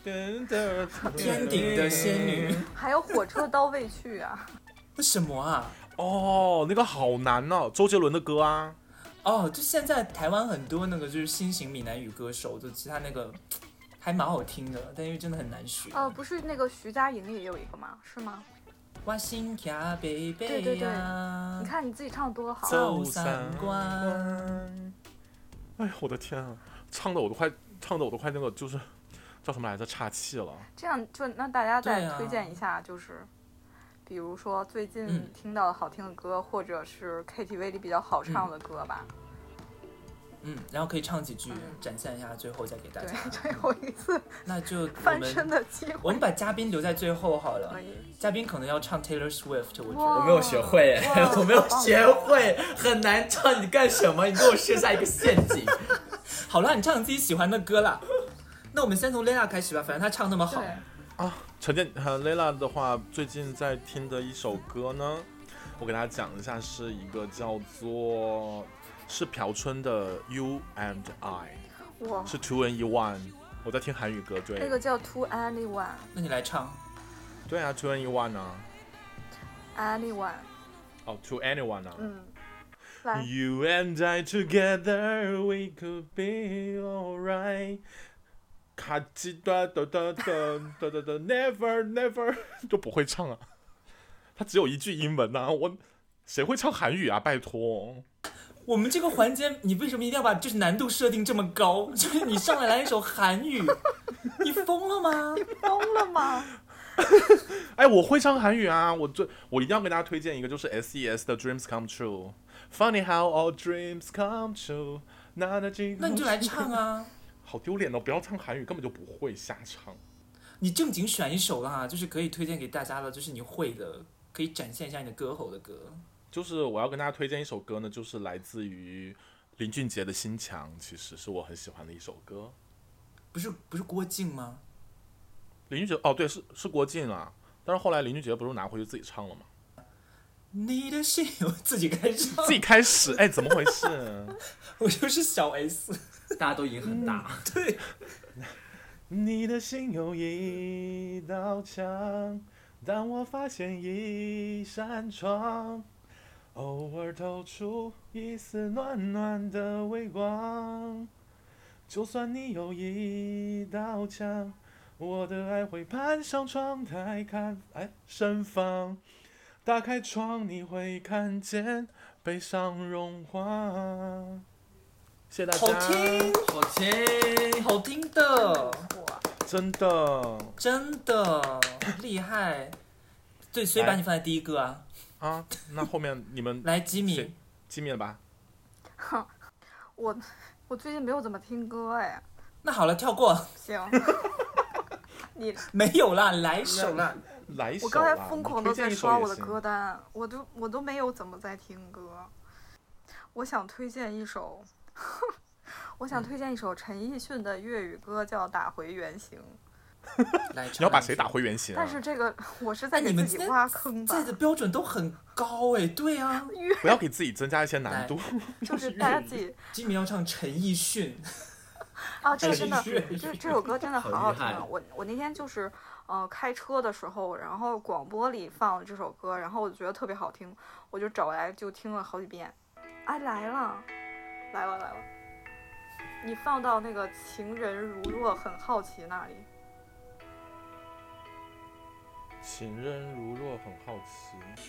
S1: 噔噔噔
S2: 天顶的仙女，
S3: 还有火车到未去啊！
S2: 那什么啊？
S1: 哦，那个好难哦，周杰伦的歌啊，
S2: 哦，就现在台湾很多那个就是新型闽南语歌手，就其他那个还蛮好听的，但因为真的很难学。
S3: 呃，不是那个徐佳莹也有一个吗？是吗？
S2: 我心卡贝
S3: 对对
S2: 贝
S3: 对
S2: 呀
S3: 你，看你自己唱得多好，啊
S2: 走三关。
S1: 哎呦，我的天啊，唱的我都快，唱的我都快那个就是叫什么来着，岔气了。
S3: 这样就那大家
S2: 对
S3: 再
S2: 啊
S3: 推荐一下，就是比如说最近
S2: 嗯
S3: 听到的好听的歌，或者是 KTV 里比较好唱的歌吧。
S2: 嗯，然后可以唱几句
S3: 嗯，
S2: 展现一下，最后再给大
S3: 对
S2: 家。，
S3: 最后一次
S2: 那 就我
S3: 翻身
S2: 们
S3: 的机
S2: 我
S3: 会
S2: 们。把嘉宾留在最后好了
S3: 可，以
S2: 嘉宾可能要唱 Taylor Swift，我觉
S3: 哇
S2: 得。
S4: 我没有 学会，
S3: 哇
S4: 我没有学会，很难唱。你干什么？你给我设下一个陷阱。
S2: 好了，你唱你自己喜欢的歌啦。那我们先从 Lena 开始吧，反正她唱那么好
S3: 对，
S1: 啊，陈建和 Lela 的话，最近在听的一首歌呢，我给大家讲一下，是一个叫做是朴春的《You and I
S3: 哇》，，
S1: 是 Two and One。我在听韩语歌，对，
S3: 那个叫 To Anyone
S2: 那你来唱。
S1: 对啊，Two and One 啊，
S3: Anyone，
S1: 哦，To Anyone 啊。
S3: 嗯，
S2: 哎啊
S3: 来
S1: You and I together, we could be alright. 卡叽哒哒哒哒哒哒哒，Never Never 就不会唱啊，他只有一句英文呐、我谁会唱韩语啊？拜托，
S2: 我们这个环节，你为什么一定要把就是难度设定这么高？ 就是你上来来一首韩语，你疯了 吗？
S3: 疯了吗？
S1: 哎，我会唱韩语啊，我最我一定要给大家推荐一个，就是 S.E.S 的 Dreams Come True。Funny how all dreams come true。那那这
S2: 那你就来唱啊！
S1: 好丢脸哦！不要唱韩语，根本就不会瞎唱。
S2: 你正经选一首啦，就是可以推荐给大家的，就是你会的，可以展现一下你的歌喉的歌。
S1: 就是我要跟大家推荐一首歌呢，就是来自于林俊杰的《心墙》，其实是我很喜欢的一首歌。
S2: 不是不是郭靖吗？
S1: 林俊杰哦，对，是是郭靖啊，但是后来林俊杰不是拿回去自己唱了吗？
S2: 你的心，我自己开始唱
S1: 自，己开始，哎，怎么回事？
S2: 我就是小 S。
S4: 大家都赢很大，
S2: 对，
S1: 你的心有一道墙，当我发现一扇窗，偶尔透出一丝暖暖的微光。就算你有一道墙，我的爱会攀上窗台看，哎，盛放。打开窗，你会看见悲伤融化。谢谢大
S2: 好
S1: 家，
S2: 听，
S4: 好听。
S2: 好听的，
S1: 真的。
S2: 真的厉害。对，所以把
S1: 来
S2: 你放在第一个啊。
S1: 啊，那后面你们
S2: 来，吉
S1: 谁
S2: 米，
S1: 机灭了吧？
S3: 我我最近没有怎么听歌哎，
S2: 那好了，跳过，
S3: 行， 你
S2: 没有啦，来一首啦。
S1: 来一首
S3: 我
S1: 啦
S3: 刚才疯狂的在刷我的。
S1: 你推荐一首也
S3: 歌
S1: 行
S3: 单，我都我都没有怎么在听歌。我想推荐一首， 我
S1: 嗯
S3: 想推荐一首陈奕迅的粤语歌，叫《打回原形》。
S2: 来，
S1: 你要把谁打？回原形啊？
S3: 但是这个 我是在
S2: 哎
S3: 给
S2: 你们
S3: 自己
S2: 今天
S3: 挖坑吧
S2: 这，的标准都很高哎，对啊，
S1: 不要给自己增加一些难度。
S3: 就是 大家 自己
S2: 吉米要唱陈奕迅，
S3: 啊，这个真的，
S2: 陈奕迅
S3: 这这首歌真的好
S4: 好
S3: 好
S4: 厉
S3: 听
S4: 害
S3: 啊。我我那天就是呃开车的时候，然后广播里放了这首歌，然后我觉得特别好听，我就找来就听了好几遍。哎，来了，来了来了，你放到那个情人如若很好奇那里。
S1: 情人如若很好奇，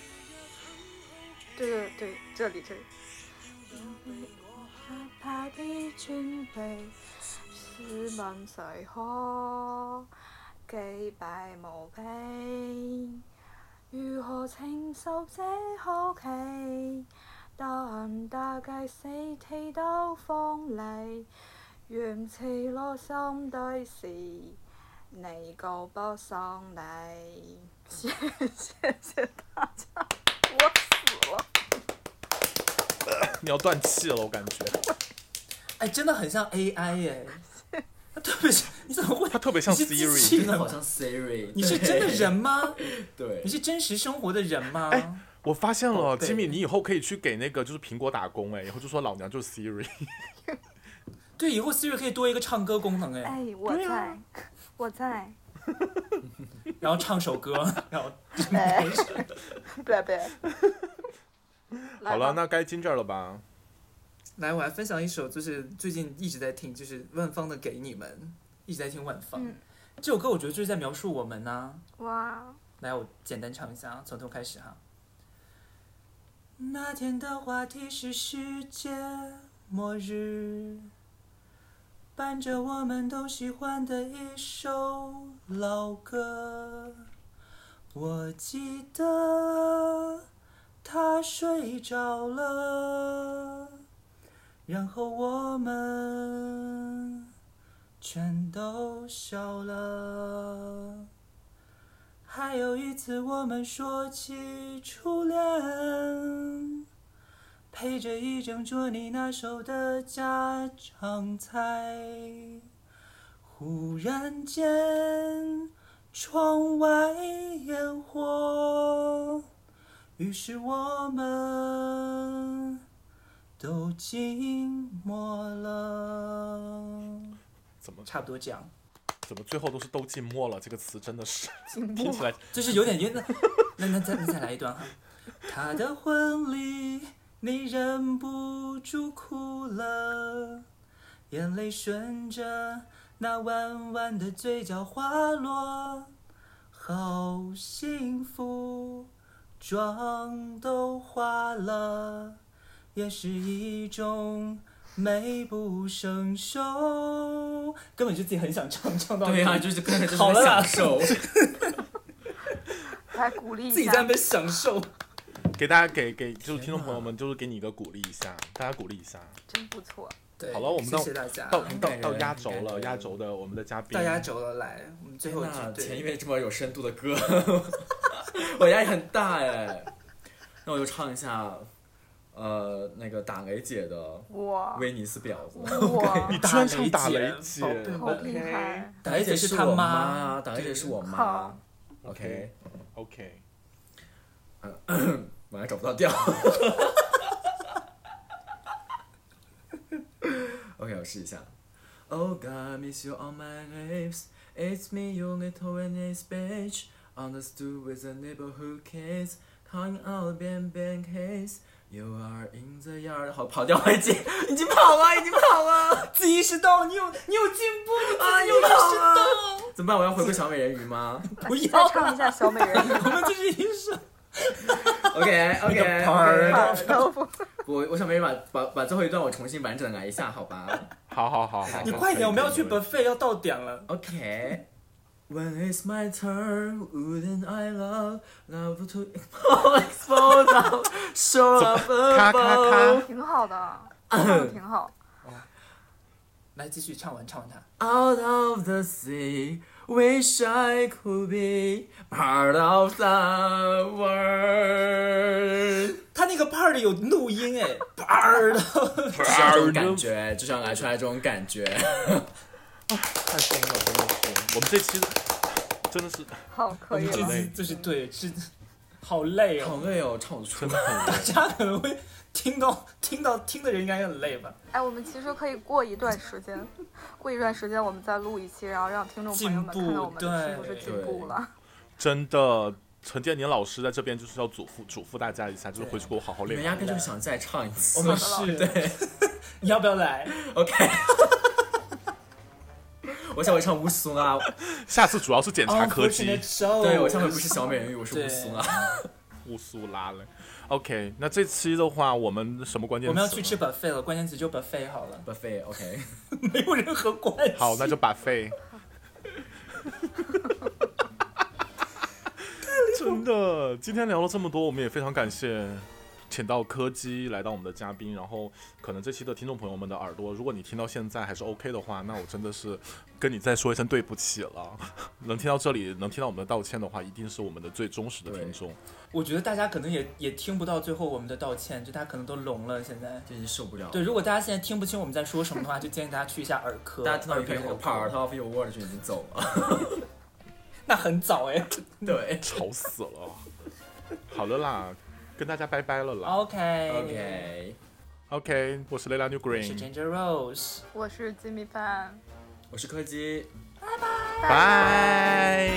S3: 对对对，这里这里。怕啲尊卑，試問誰可擊敗無比？如何承受這好奇？但大計死地都放離，源自內心對視，你告不上你。謝謝謝大家，我死了。
S1: 你要断气了，我感觉。
S2: 哎，真的很像 AI 哎、对不起，你怎 么会？
S1: 它特别像
S2: 你是机
S1: Siri
S2: 器
S4: 真的好像 Siri，
S2: 你是真的人吗？
S4: 对
S2: 你，是真实生活的人吗？
S1: 哎我发现
S4: 哦
S1: 了，
S4: 对
S1: 吉米，你以后可以去给那个就是苹果打工，哎，以后就说老娘就是 Siri。
S2: 对，以后 Siri 可以多一个唱歌功能哎，
S3: 哎，我在，我在，
S2: 然后唱首歌，然后
S3: 拜拜拜。
S1: 好了，那该金这儿了吧？
S2: 来我来分享一首，就是最近一直在听，就是万芳的《给你们》，一直在听万芳、
S3: 嗯
S2: 这首歌，我觉得就是在描述我们呐、
S3: 哇，
S2: 来，我简单唱一下，啊，从头开始哈。那天的话题是世界末日，伴着我们都喜欢的一首老歌。我记得他睡着了，然后我们全都笑了。还有一次，我们说起初恋，陪着一整桌你那首的家常菜。忽然间，窗外烟火，于是我们都静默了。
S1: 怎么
S2: 差不多这样。
S1: 怎么最后都是都静默了？这个词真的是听起来
S2: 就是有点晕的。那那再那再来一段哈。他的婚礼，你忍不住哭了，眼泪顺着那弯弯的嘴角滑落，好幸福，妆都花了，也是一种。美不胜收，根本就自己很想唱，唱到
S4: 对呀、
S2: 自己
S4: 就是根本就是
S2: 好了啦
S4: 享受。
S3: 来鼓励
S2: 自己
S3: 一下
S2: 在那边享受。
S1: 给大家给给就是听众朋友
S4: 天
S1: 们，就是给你一个鼓励一下，大家鼓励一下。
S3: 真不错。
S2: 对，
S1: 好了我们
S2: 谢
S1: 到
S2: 谢大家，
S1: 到到
S4: 感
S1: 到
S4: 人
S1: 压
S4: 很
S1: 轴
S4: 感
S1: 了，
S4: 人
S1: 压轴的我们的嘉宾，
S2: 到压轴了，来，我们最后一
S4: 哎那
S2: 句，
S4: 前
S2: 对
S4: 一位这么有深度的歌， 我压力很大哎。那我就唱一下，呃，那个打雷姐的《
S3: 哇，
S4: 威尼斯婊子》。
S3: 哇
S1: 你，居然唱打雷
S2: 雷
S1: 姐
S2: 宝贝
S3: 好厉 害！
S4: 打雷姐是
S2: 她
S4: 我
S2: 妈
S4: 妈，打雷姐是我妈
S3: 好。
S4: OK，
S1: ，OK，
S4: 我还找不到调。OK，我试一下。Oh God, miss you on my lips. It's me, you little Venice bitch. On the stool with the neighborhood kids. Calling out bang bang kiss. You are in the yard. 好，跑调，我已经已经跑了，已经跑了。
S2: 啊自己意识到你有你有进步，你自
S4: 哎
S2: 己有意识到，
S4: 怎么办？我要回归小美人鱼吗
S2: 不
S3: 再
S2: 要，
S3: 唱一下小美人鱼。
S2: 我们就是一 生。
S4: ？OK
S2: 你的牌
S4: OK OK。
S3: 好的，我
S4: 我我想美人把把把最后一段我重新完整地来一下，好吧？
S1: 好好好好，
S2: 你快点，我们要去
S1: 本
S2: buffet，要到点了。
S4: Okay. When it's my turn, wouldn't I love love to explode out, show up
S1: 咔咔
S4: above?
S1: 咔
S3: 挺好 的，唱的挺好。
S2: 来，继续唱完，唱完它。
S4: Out of the sea, wish I could be part of the world.
S2: 他那个 part 里有怒音哎，part 儿的，
S4: 就是要这种感觉，就是要拿出来这种感 觉。
S1: 太疯了，真的是，我们这期真的是
S3: 好，可以
S1: 我们
S3: 了
S1: 这。累
S2: 就是嗯对，是好累
S4: 好
S2: 哦。
S4: 累哦，唱不出
S1: 真
S4: 来
S1: 的。很
S2: 大家可能会听到听到听的人应该也很累吧？
S3: 哎，我们其实可以过一段时间，过一段时间我们再录一期，然后让听众朋友们
S2: 进步
S3: 看看我们是不
S2: 对
S3: 是进步了。
S1: 真的。陈建年老师在这边就是要嘱咐嘱咐大家一下，就是回去给我好好
S4: 你
S1: 练
S4: 们。压根就是想再唱一次。
S2: 我们 是，你要不要来？
S4: OK，我下回唱乌松啊，
S1: 下次主要是检
S2: 哦
S1: 查科技。
S4: 对
S2: 对
S4: 我下回不是小美人鱼，我是乌松啊。
S1: 乌苏拉嘞。OK，那这期的话，我们什么关键词？
S2: 我们要去吃。buffet 了，关键词就 buffet 好了，
S4: buffet OK，
S2: 没有任何关系。
S1: 好，那就把费。 真的，今天聊了这么多，我们也非常感谢请到柯基来当我们的嘉宾。然后，可能这期的听众朋友们的耳朵，如果你听到现在还是 OK 的话，那我真的是跟你再说一声对不起了。 能听到这里，能听到我们的道歉的话，一定是我们的最忠实的听 众。
S2: 我觉得大家可能也也听不到最后我们的道歉，就大家可能都聋了现在。
S4: 真是受不了。
S2: 对，如果大家现在听不清我们在说什么的话，就建议大家去一下耳科。
S4: 大家听到一
S2: 耳科
S4: 个
S2: 那个
S4: part of your world 就已经走了。
S2: 那很早哎。
S4: 对
S1: 吵死了。好了啦，跟大家拜拜了啦。
S2: OK 嗯 OK，
S4: ，OK，
S1: OK，我是 Lela New
S2: 是
S1: Green，
S2: Ginger Rose。
S3: 我是金米饭，
S4: 我是柯基。
S1: 拜。